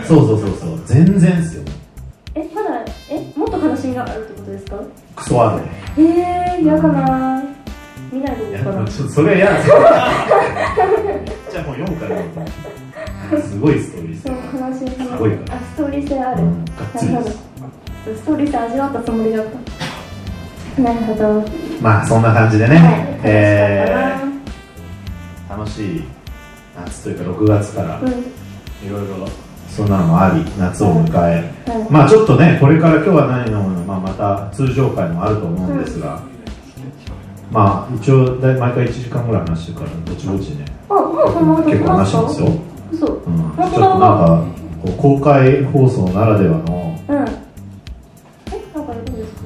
S1: そうそうそうそう全然ですよ
S2: えまだえもっと悲しみがあるってことですか
S1: クソある
S2: えー、嫌かな見ないで
S1: い
S2: いい
S1: や
S2: かな
S1: ちょっとそれは嫌なんですよじゃあもう読むからすごいストーリーです
S2: そう
S1: よ
S2: 悲しみ
S1: すごいよね
S2: あストーリー性ある、
S1: うんがっつり
S2: なる
S1: で
S2: ほ
S1: す
S2: どストーリー性味わったつもりだったなるほど、
S1: まあそんな感じでね、
S2: はい
S1: えー楽しい夏というか6月から
S2: 楽しかったな、うん
S1: いろいろそんなのもあり夏を迎え、
S2: はい
S1: まあちょっとねこれから今日は何飲むの、まあ、また通常会もあると思うんですが、まあ一応だい毎回1時間ぐらい話してるからぼちぼちね
S2: あもうそんなこと
S1: 結構話してますよ、うん、ち
S2: 嘘
S1: ょっ
S2: 本
S1: と
S2: 当
S1: なん
S2: だ
S1: かこう公開放送ならではの
S2: うんえなんかいいですか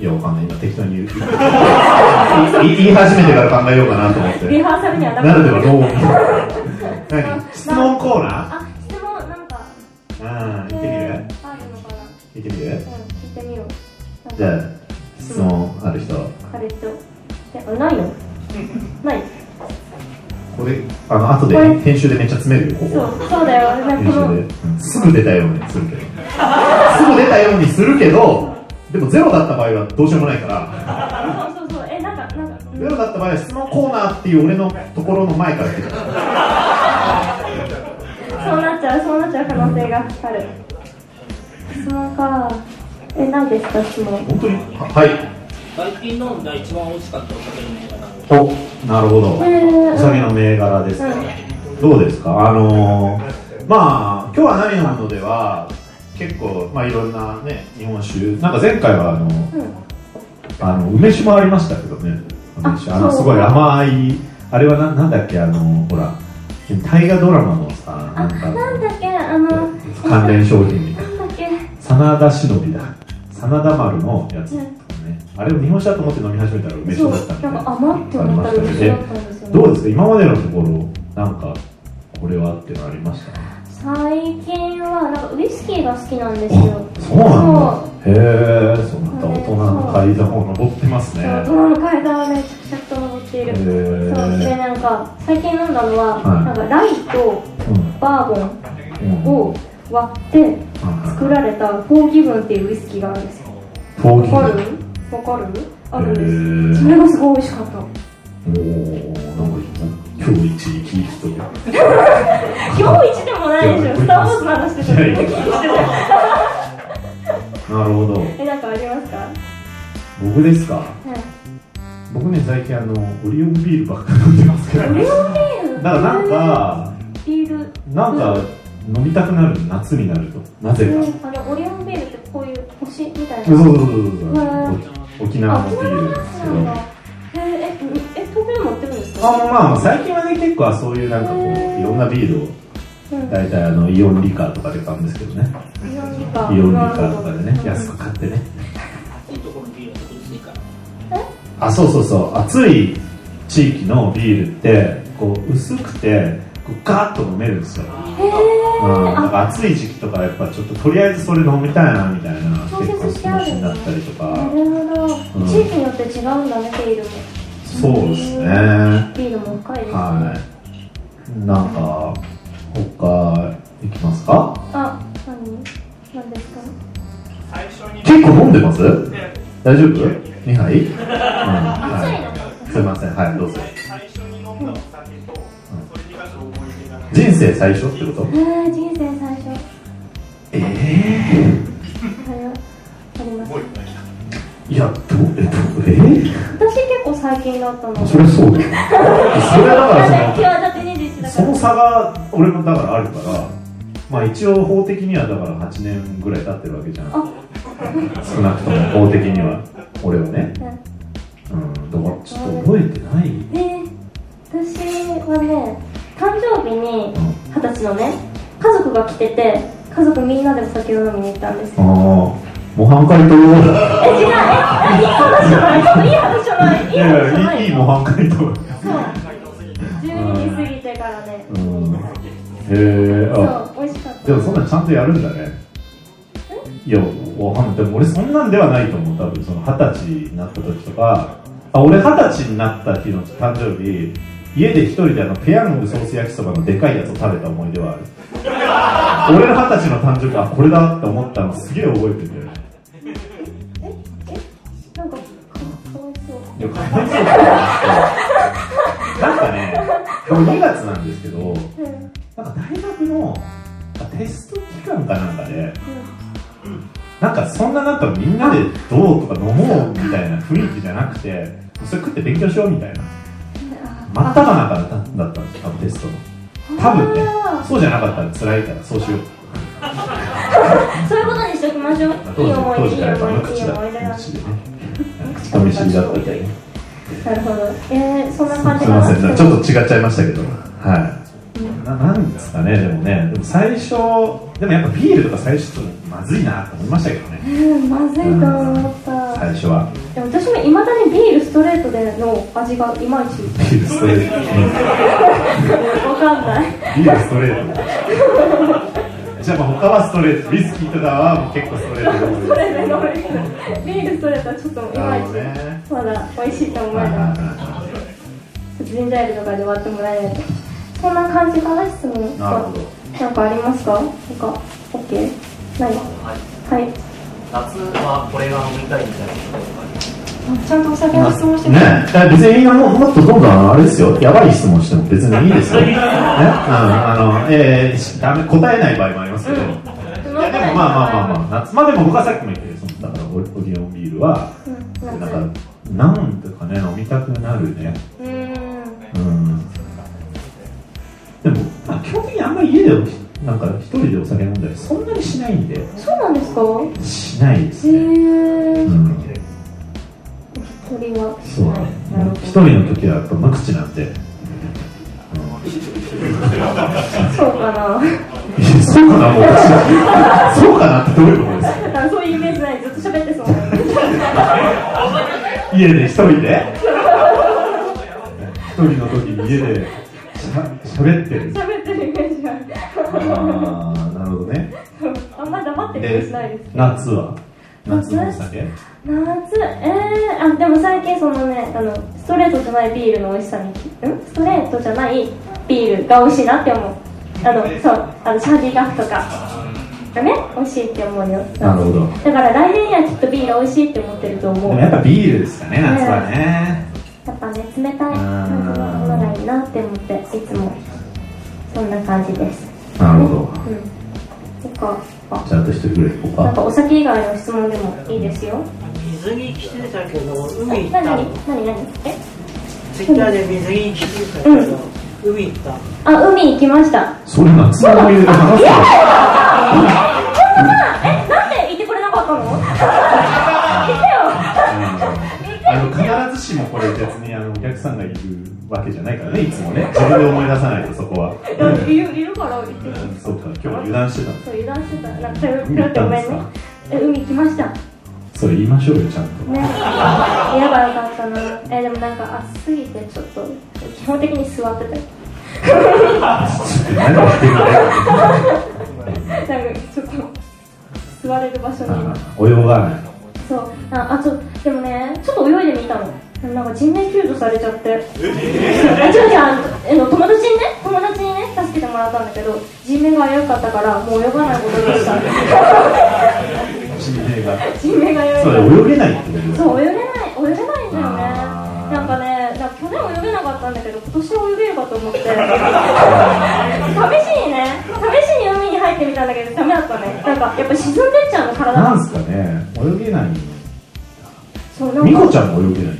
S1: いやわかんない今適当に言う 言い言い始めてから考えようかなと思って
S2: リハーサルにはな
S1: ならで
S2: か
S1: は
S2: っ
S1: どう 何質問コーナ
S2: たあ質問なんか
S1: ーうん行ってみる
S2: えーあるのかな
S1: 行ってみる
S2: うん聞いてみよう
S1: じゃあ質問ある人、
S2: あ彼とえあないのない
S1: これあの後で
S2: これ
S1: 編集でめっちゃ詰めるよこ
S2: そ
S1: こ
S2: うそうだよなん
S1: 編
S2: かこの
S1: 集で、うんすぐ出たようにするけどすぐ出たようにするけどでもゼロだった場合はどうしようもないから
S2: そうそうそうえなんかなんかうん
S1: ゼロだった場合は質問コーナーっていう俺のところの前から出てくる
S2: そうなっちゃう、そうなっちゃう可能性がある。質問か。え、何ですか、質問。
S1: 本当にははい
S5: 最近飲んだ一番美味しかったお酒の銘柄を
S1: おなるほど
S2: へー
S1: お酒の銘柄ですか、どうですかあのーまあ今日は何飲むのでは結構まあいろんなね日本酒なんか前回はあの、
S2: うん。
S1: あの梅酒もありましたけどね梅酒
S2: あ
S1: あの
S2: そう
S1: すごい甘いあれはななんだっけあのほら大河ドラマのさな
S2: あ、
S1: んか
S2: なんだっけ、あの。
S1: 関連商品みたいな
S2: なんだっけ。
S1: 真田忍びだ真田丸のやつ、
S2: うん
S1: ねあれを日本酒だと思って飲み始めたら梅
S2: そ
S1: 酒
S2: う、
S1: だったみたな
S2: ないんか甘って思ったら、美味しかったんですよ、ね。
S1: どうですか今までのところなんかこれはっていうのありました
S2: 最近は、なんかウイスキーが好きなんですよ。
S1: あそうなんだへえそうなんだ大人の階段を登ってますね
S2: そう、大人の階段をね、着々と登っている。
S1: へ
S2: そう、
S1: ー
S2: で、なんか、最近飲んだのは、
S1: はい
S2: なんかライと
S1: うん
S2: バーボ
S1: うん
S2: ンを割って。作られたフォーギブンっていうウイスキーがあるんですよ。
S1: 陶器
S2: わかるわかるあるん
S1: で
S2: です。
S1: す
S2: それがすごい美味しかった。
S1: おーなんか今日一生き生きとい
S2: 今日一でもないでしょ。スター・ウォーズの話してた
S1: いやいなるほど
S2: え、なんかありますかはい。
S1: 僕ですか僕ね最近あのオリオンビールばっかり飲んでますけど
S2: オ
S1: だ
S2: レオンビール
S1: からなん、か
S2: ビール。
S1: なんか飲みたくなる夏になるとなぜか、
S2: うん、あれ、オレオンビールってこういう星みたい
S1: そう
S2: な。
S1: そうそうそうそう
S2: へー
S1: お沖縄のビールですけ
S2: そ
S1: ど
S2: うなんだ。えー、え、え、東京でも売ってるんです
S1: あ
S2: か
S1: まあまあ最近はね結構はそういうなんかこういろんなビールを
S2: うん。
S1: 大体あのイオンリカーとかで買うんですけどね
S2: イオンリ
S1: イ
S2: カ
S1: オンリカーとかでね
S2: うん
S1: 安く買ってね
S5: いいところのビールはちょっと薄いから
S1: あそうそうそう暑い地域のビールってこう薄くてこうガーッと飲めるんですよ、
S2: えー、
S1: うん、なんか暑い時期とかやっぱちょっととりあえずそれ飲みたいなみたいな
S2: 調
S1: 結
S2: 節
S1: 構
S2: し
S1: 気
S2: てある
S1: 持ち
S2: ん
S1: に
S2: だ
S1: なったりと
S2: な
S1: か
S2: るほど、
S1: うん
S2: 地域によって違うんだね、ビールも。
S1: そうですね
S2: ビールも深いです、ね。
S1: はいなんか他いきますか
S2: あ、何何ですか
S4: 最初に
S1: 結構飲んでます
S4: で
S1: 大丈夫2杯、うんは
S2: 暑
S1: い、すいませんはいどうぞ
S4: 最初に飲んだお酒と、それに関する思い出がなくて
S1: 人生最初ってこと
S2: いのえー、人生最初。
S1: ええ
S2: はいあります
S4: 覚えてない
S1: ー、いやどえどえー
S2: 私結構最近だったの
S1: それそうだよそれだから
S2: だって際立て21だ
S1: そ
S2: か
S1: のその差
S2: ら
S1: が俺もだからあるからまあ一応法的にはだから8年ぐらい経ってるわけじゃん
S2: あ
S1: 少なくとも法的には俺はねうんだからちょっと覚えてない
S2: で私はね誕生日に二十歳のね家族が来てて家族みんなでお酒を飲みに行ったんです
S1: ああ模範解答
S2: え違うえいい話じゃないちょっといい話じゃないい
S1: い
S2: い話じゃ
S1: や
S2: な
S1: い
S2: いい
S1: いいい模範解答
S2: そう12時過ぎてからね
S1: うんへえ
S2: そ
S1: あ
S2: う美味しかった
S1: でもそんなんちゃんとやるんだねいやわかんないでも俺そんなんではないと思う多分その二十歳になった時とかあ俺二十歳になった日の誕生日家で一人であのペヤングソース焼きそばのでかいやつを食べた思い出はあ る俺の二十歳の誕生日あこれだって思ったのすげえ覚えてるんだよ
S2: ええなんかかかわいそ
S1: い
S2: う
S1: やかわいそうだななんかね僕2月なんですけど
S2: うんうん
S1: なんか大学のあテスト期間かなんかでなんかそんななんかみんなでどうとか飲もうみたいな雰囲気じゃなくてそれ食って勉強しようみたいな
S2: あ
S1: 真っ只中だっただったんですよ多分テストの多分ね
S2: あ
S1: そうじゃなかったら辛いからそうしよう
S2: ーそういうことにしておきましょう
S1: 当
S2: い
S1: 時
S2: い思
S1: 当
S2: い出
S1: 時
S2: いい
S1: からやっぱ無
S2: 思い出いい
S1: 口だ
S2: 思い出
S1: 無
S2: だ
S1: 口でね人見知りだったんでね
S2: なるほどえー、そんな感じ
S1: すいません、ちょっと違っちゃいましたけど、はい。ななんですかね、でもね、でも最初、でもやっぱビールとか最初ちょっとまずいなと思いましたけどね、
S2: うんまずいと思った
S1: 最初は。
S2: でも私もいまだにビールストレートでの味がいまいち
S1: ビールストレート。
S2: わかんない
S1: ビールストレート。じゃあまあ他はストレート、ウイスキーとかはもう結構ストレート
S2: それで飲めるビールストレートはちょっといま
S1: な
S2: い
S1: るほどね
S2: ちまだ美味しいと思
S1: は
S2: え
S1: いはい
S2: ない
S1: は
S2: ジンジャーエールとかで割ってもらえないそんな感じかな質問
S1: いなるほど。
S2: なんかありますかなんか OK ないはい
S6: 夏はこれが飲みたいみたいなことがあります
S2: あちゃんとお酒の質問して
S1: ね
S2: る、
S1: だから別にももっとどんどんあれですよやばい質問しても別にいいですよ、ね、あのあの、えーしダメ答えない場合もありますけど、
S2: うん
S1: いやでもまあまあまあまあ夏まあでも僕はさっきも言ったようにそのだからオオリオンビールは
S2: うん
S1: なん
S2: 夏
S1: かなんとかね飲みたくなるね
S2: うーん
S1: うんでも、まあ、基本的にあんまり家でなんか一人でお酒飲んだりそんなにしないんで
S2: そうなんですか
S1: しないです
S2: へ
S1: ね、
S2: え
S1: うん、
S2: 一人はし
S1: そう
S2: ないなる
S1: 一
S2: ほ
S1: 人の時はやっぱ無口なんでえ
S2: どそうかな
S1: そうかな、もう私 そうかなってどういうことですか
S2: あそういうイメージないずっと喋ってそうなのに
S1: 家で一人で一人の時に家でしゃしゃべってる
S2: 喋ってるイメージない
S1: ああなるほどね
S2: あんまり黙ってるイメー
S1: で
S2: ジないです
S1: 夏は夏のお酒
S2: 夏えー、あでも最近そのねあのストレートじゃないビールの美味しさにんストレートじゃないビールが美味しいなって思うあのそうあのシャディガフとかがね美味しいって思うよ
S1: なるほど
S2: だから来年にはきっとビール美味しいって思ってると
S1: で
S2: 思う
S1: も
S2: や
S1: やっぱビールですかね夏はね
S2: っぱね冷たいなんかものがいいなって思っていつもそんな感じです
S1: なるほど
S2: うんとかあ
S1: じゃああと一人ぐらい行こう
S2: なん
S1: か
S2: かお酒以外の質問でもいいですよ
S5: 水着着てたけど、
S2: え何
S5: 海行った
S2: 何
S5: の。
S2: 何何え
S5: ツイッターで水着着てたけど、海行ったの。
S2: あ海行きました
S1: それ夏の思い出で話すか
S2: え、なんで行ってくれなかった の行
S1: あの必ずしもこれ別にあのお客さんがいるわけじゃないからねいつもね自分で思い出さないとそこは
S2: ってよいや、いるいるから行ってきて
S1: そうか今日は油断してたんだ
S2: そう、油断してたなんか、手を
S1: 海行っ
S2: 手を
S1: た
S2: ご
S1: ん
S2: め
S1: で
S2: ん
S1: す
S2: ね
S1: か
S2: え、海行きましたね
S1: それ言いましょうよちゃんと
S2: 言えばよかったなえ、でもなんか暑すぎてちょっと基本的に座ってた
S1: 何をしてるんだよ
S2: なんかちょっと座れる場所に
S1: あー泳がない
S2: そうあ、あ、そう、でもね、ちょっと泳いでみたのでもなんか人命救助されちゃってえ違う違う あのえの友達にね友達にね助けてもらったんだけど人命が危うかったからもう泳がないことにした
S1: 人命が
S2: 人命が
S1: そ
S2: 泳
S1: れ泳げ
S2: いで
S1: ないってこと
S2: そう泳げない泳げないんだよね
S1: あー
S2: なんかねなんか去年泳げなかったんだけど今年は泳げるかと 思って試しにね試しに海に入ってみたんだけどダメだったねなんかやっぱ沈んでっちゃうの体
S1: なん
S2: が
S1: すかね泳げない
S2: そうなん
S1: ミコ
S2: か
S1: ちゃんも泳げない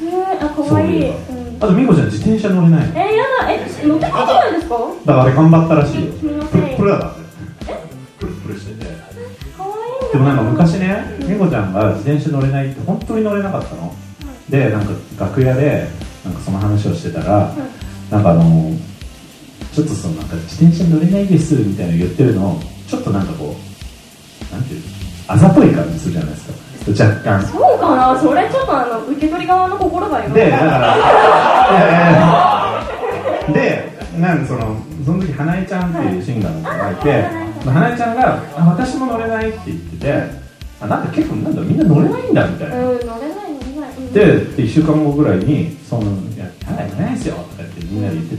S2: へーあ可
S1: そう
S2: 愛い
S1: いえ
S2: うん
S1: あとミコちゃん自転車乗れない
S2: えー、やだえ乗ってこないんですか
S1: だからあれ頑張ったらしいよ
S2: 君の
S1: プ
S2: せい
S1: ルプルだからねプルプルしてて
S2: 可愛い
S1: でもなんか昔ねミコちゃんが自転車乗れないって本当に乗れなかったのでなんか楽屋でなんかその話をしてたらなんかあのちょっとそのなんか自転車乗れないですみたいな言ってるのをちょっとなんかこうなんていうのあざとい感じするじゃないですか若干
S2: そうかなそれちょっとあの受け取り側の心がよ
S1: で、だから、いやいやいやで、なんその、その時、花江ちゃんっていうシンガーの子がいて、花江ちゃんが、あ私も乗れないって言ってて、あなんか結構、なんだ、みんな乗れないんだみたいな。
S2: うん乗れない乗れないうん
S1: で、1週間後ぐらいに、その、いや、花江乗れないですよとか言って、みんなで言って、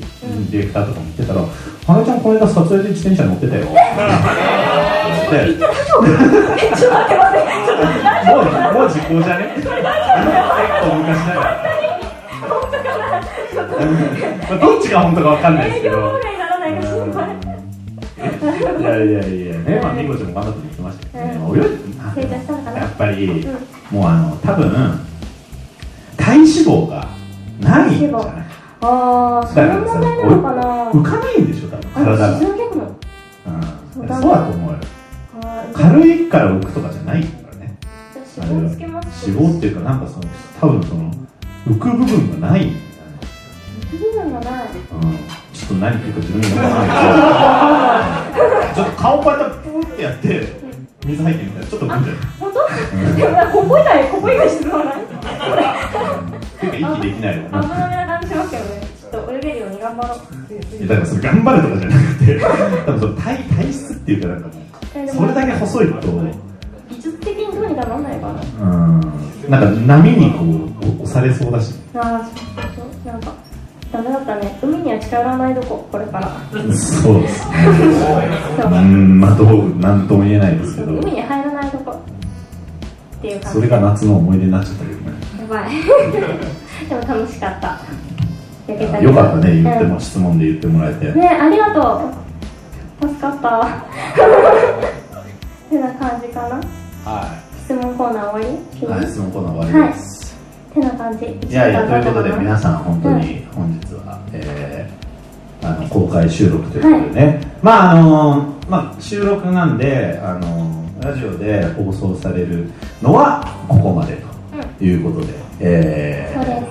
S1: ディレクターとかも言ってたら「花江ちゃんこの間撮影で自転車乗ってたよ」ってもう
S2: 大丈夫えちょっと待って待ってちょっと大丈夫かな
S1: もう時効じゃね結構昔だから
S2: 本当かなちょっ
S1: ま
S2: と
S1: あどっちが本当かわかんないです
S2: 営
S1: け
S2: 業
S1: ど
S2: 妨害にならないか心配
S1: いやいやいやねまあみこちゃんも頑張って言ってましたけどね、
S2: う
S1: 泳いで
S2: 成長したのかな
S1: やっぱり、
S2: ん
S1: もうあの多分体脂肪がないんじゃない
S2: ああそ
S1: だ
S2: の
S1: から
S2: 問
S1: さ
S2: 題なのかな
S1: 浮かないんでしょ多分体
S2: あ
S1: が
S2: の、沈んで
S1: うん、
S2: んの
S1: そう
S2: そうだね
S1: だと思うよ
S2: あー
S1: 軽いから浮くとかじゃないからね
S2: じゃあ脂肪つけます
S1: 脂肪っていうかなんかその多分その浮く部分がないんだよね
S2: 部分がない
S1: うんちょっと何言ってるか自分にも分からないけどちょっと顔こうやってプーってやって水入ってみたらちょっと浮くんじゃない
S2: 本当でもなんかここ以外ここ以外沈まない
S1: ていうか息できないよ
S2: 危な
S1: ね
S2: めな感じしますけどねちょっと泳げるように頑張ろう
S1: いやだからそれ頑張るとかじゃなくて多分その体体質っていうかなんかも
S2: え
S1: う
S2: でも
S1: それだけ細いとうん
S2: 技術的にどうにかならないかな
S1: なんか波にこう押されそうだし
S2: ああそうそうなんかダメだったね海には近寄らないどここれから
S1: そうですね
S2: そうう
S1: ーんまあどうなんとも言えないですけど
S2: 海に入らないとこっていう感じ
S1: それが夏の思い出になっちゃったけどね
S2: やばい でも楽しかった焼けたり
S1: よかったね言っても、質問で言ってもらえて
S2: うんねありがとう助かった てな感じかな
S1: は
S2: 質問コーナー終わり
S1: い、
S2: 君
S1: はい、質問コーナー終わりです、
S2: てな感じ
S1: いやいや、ということで皆
S2: ん
S1: さん本当に本日は、えーあの公開収録ということでね、まああのーまあ収録なんであのーラジオで放送されるのはここまでということで、えー
S2: そうで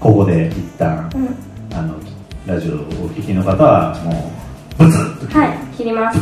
S1: ここで一旦、
S2: うん
S1: あのラジオをお聞きの方はもうブツッと
S2: はい切ります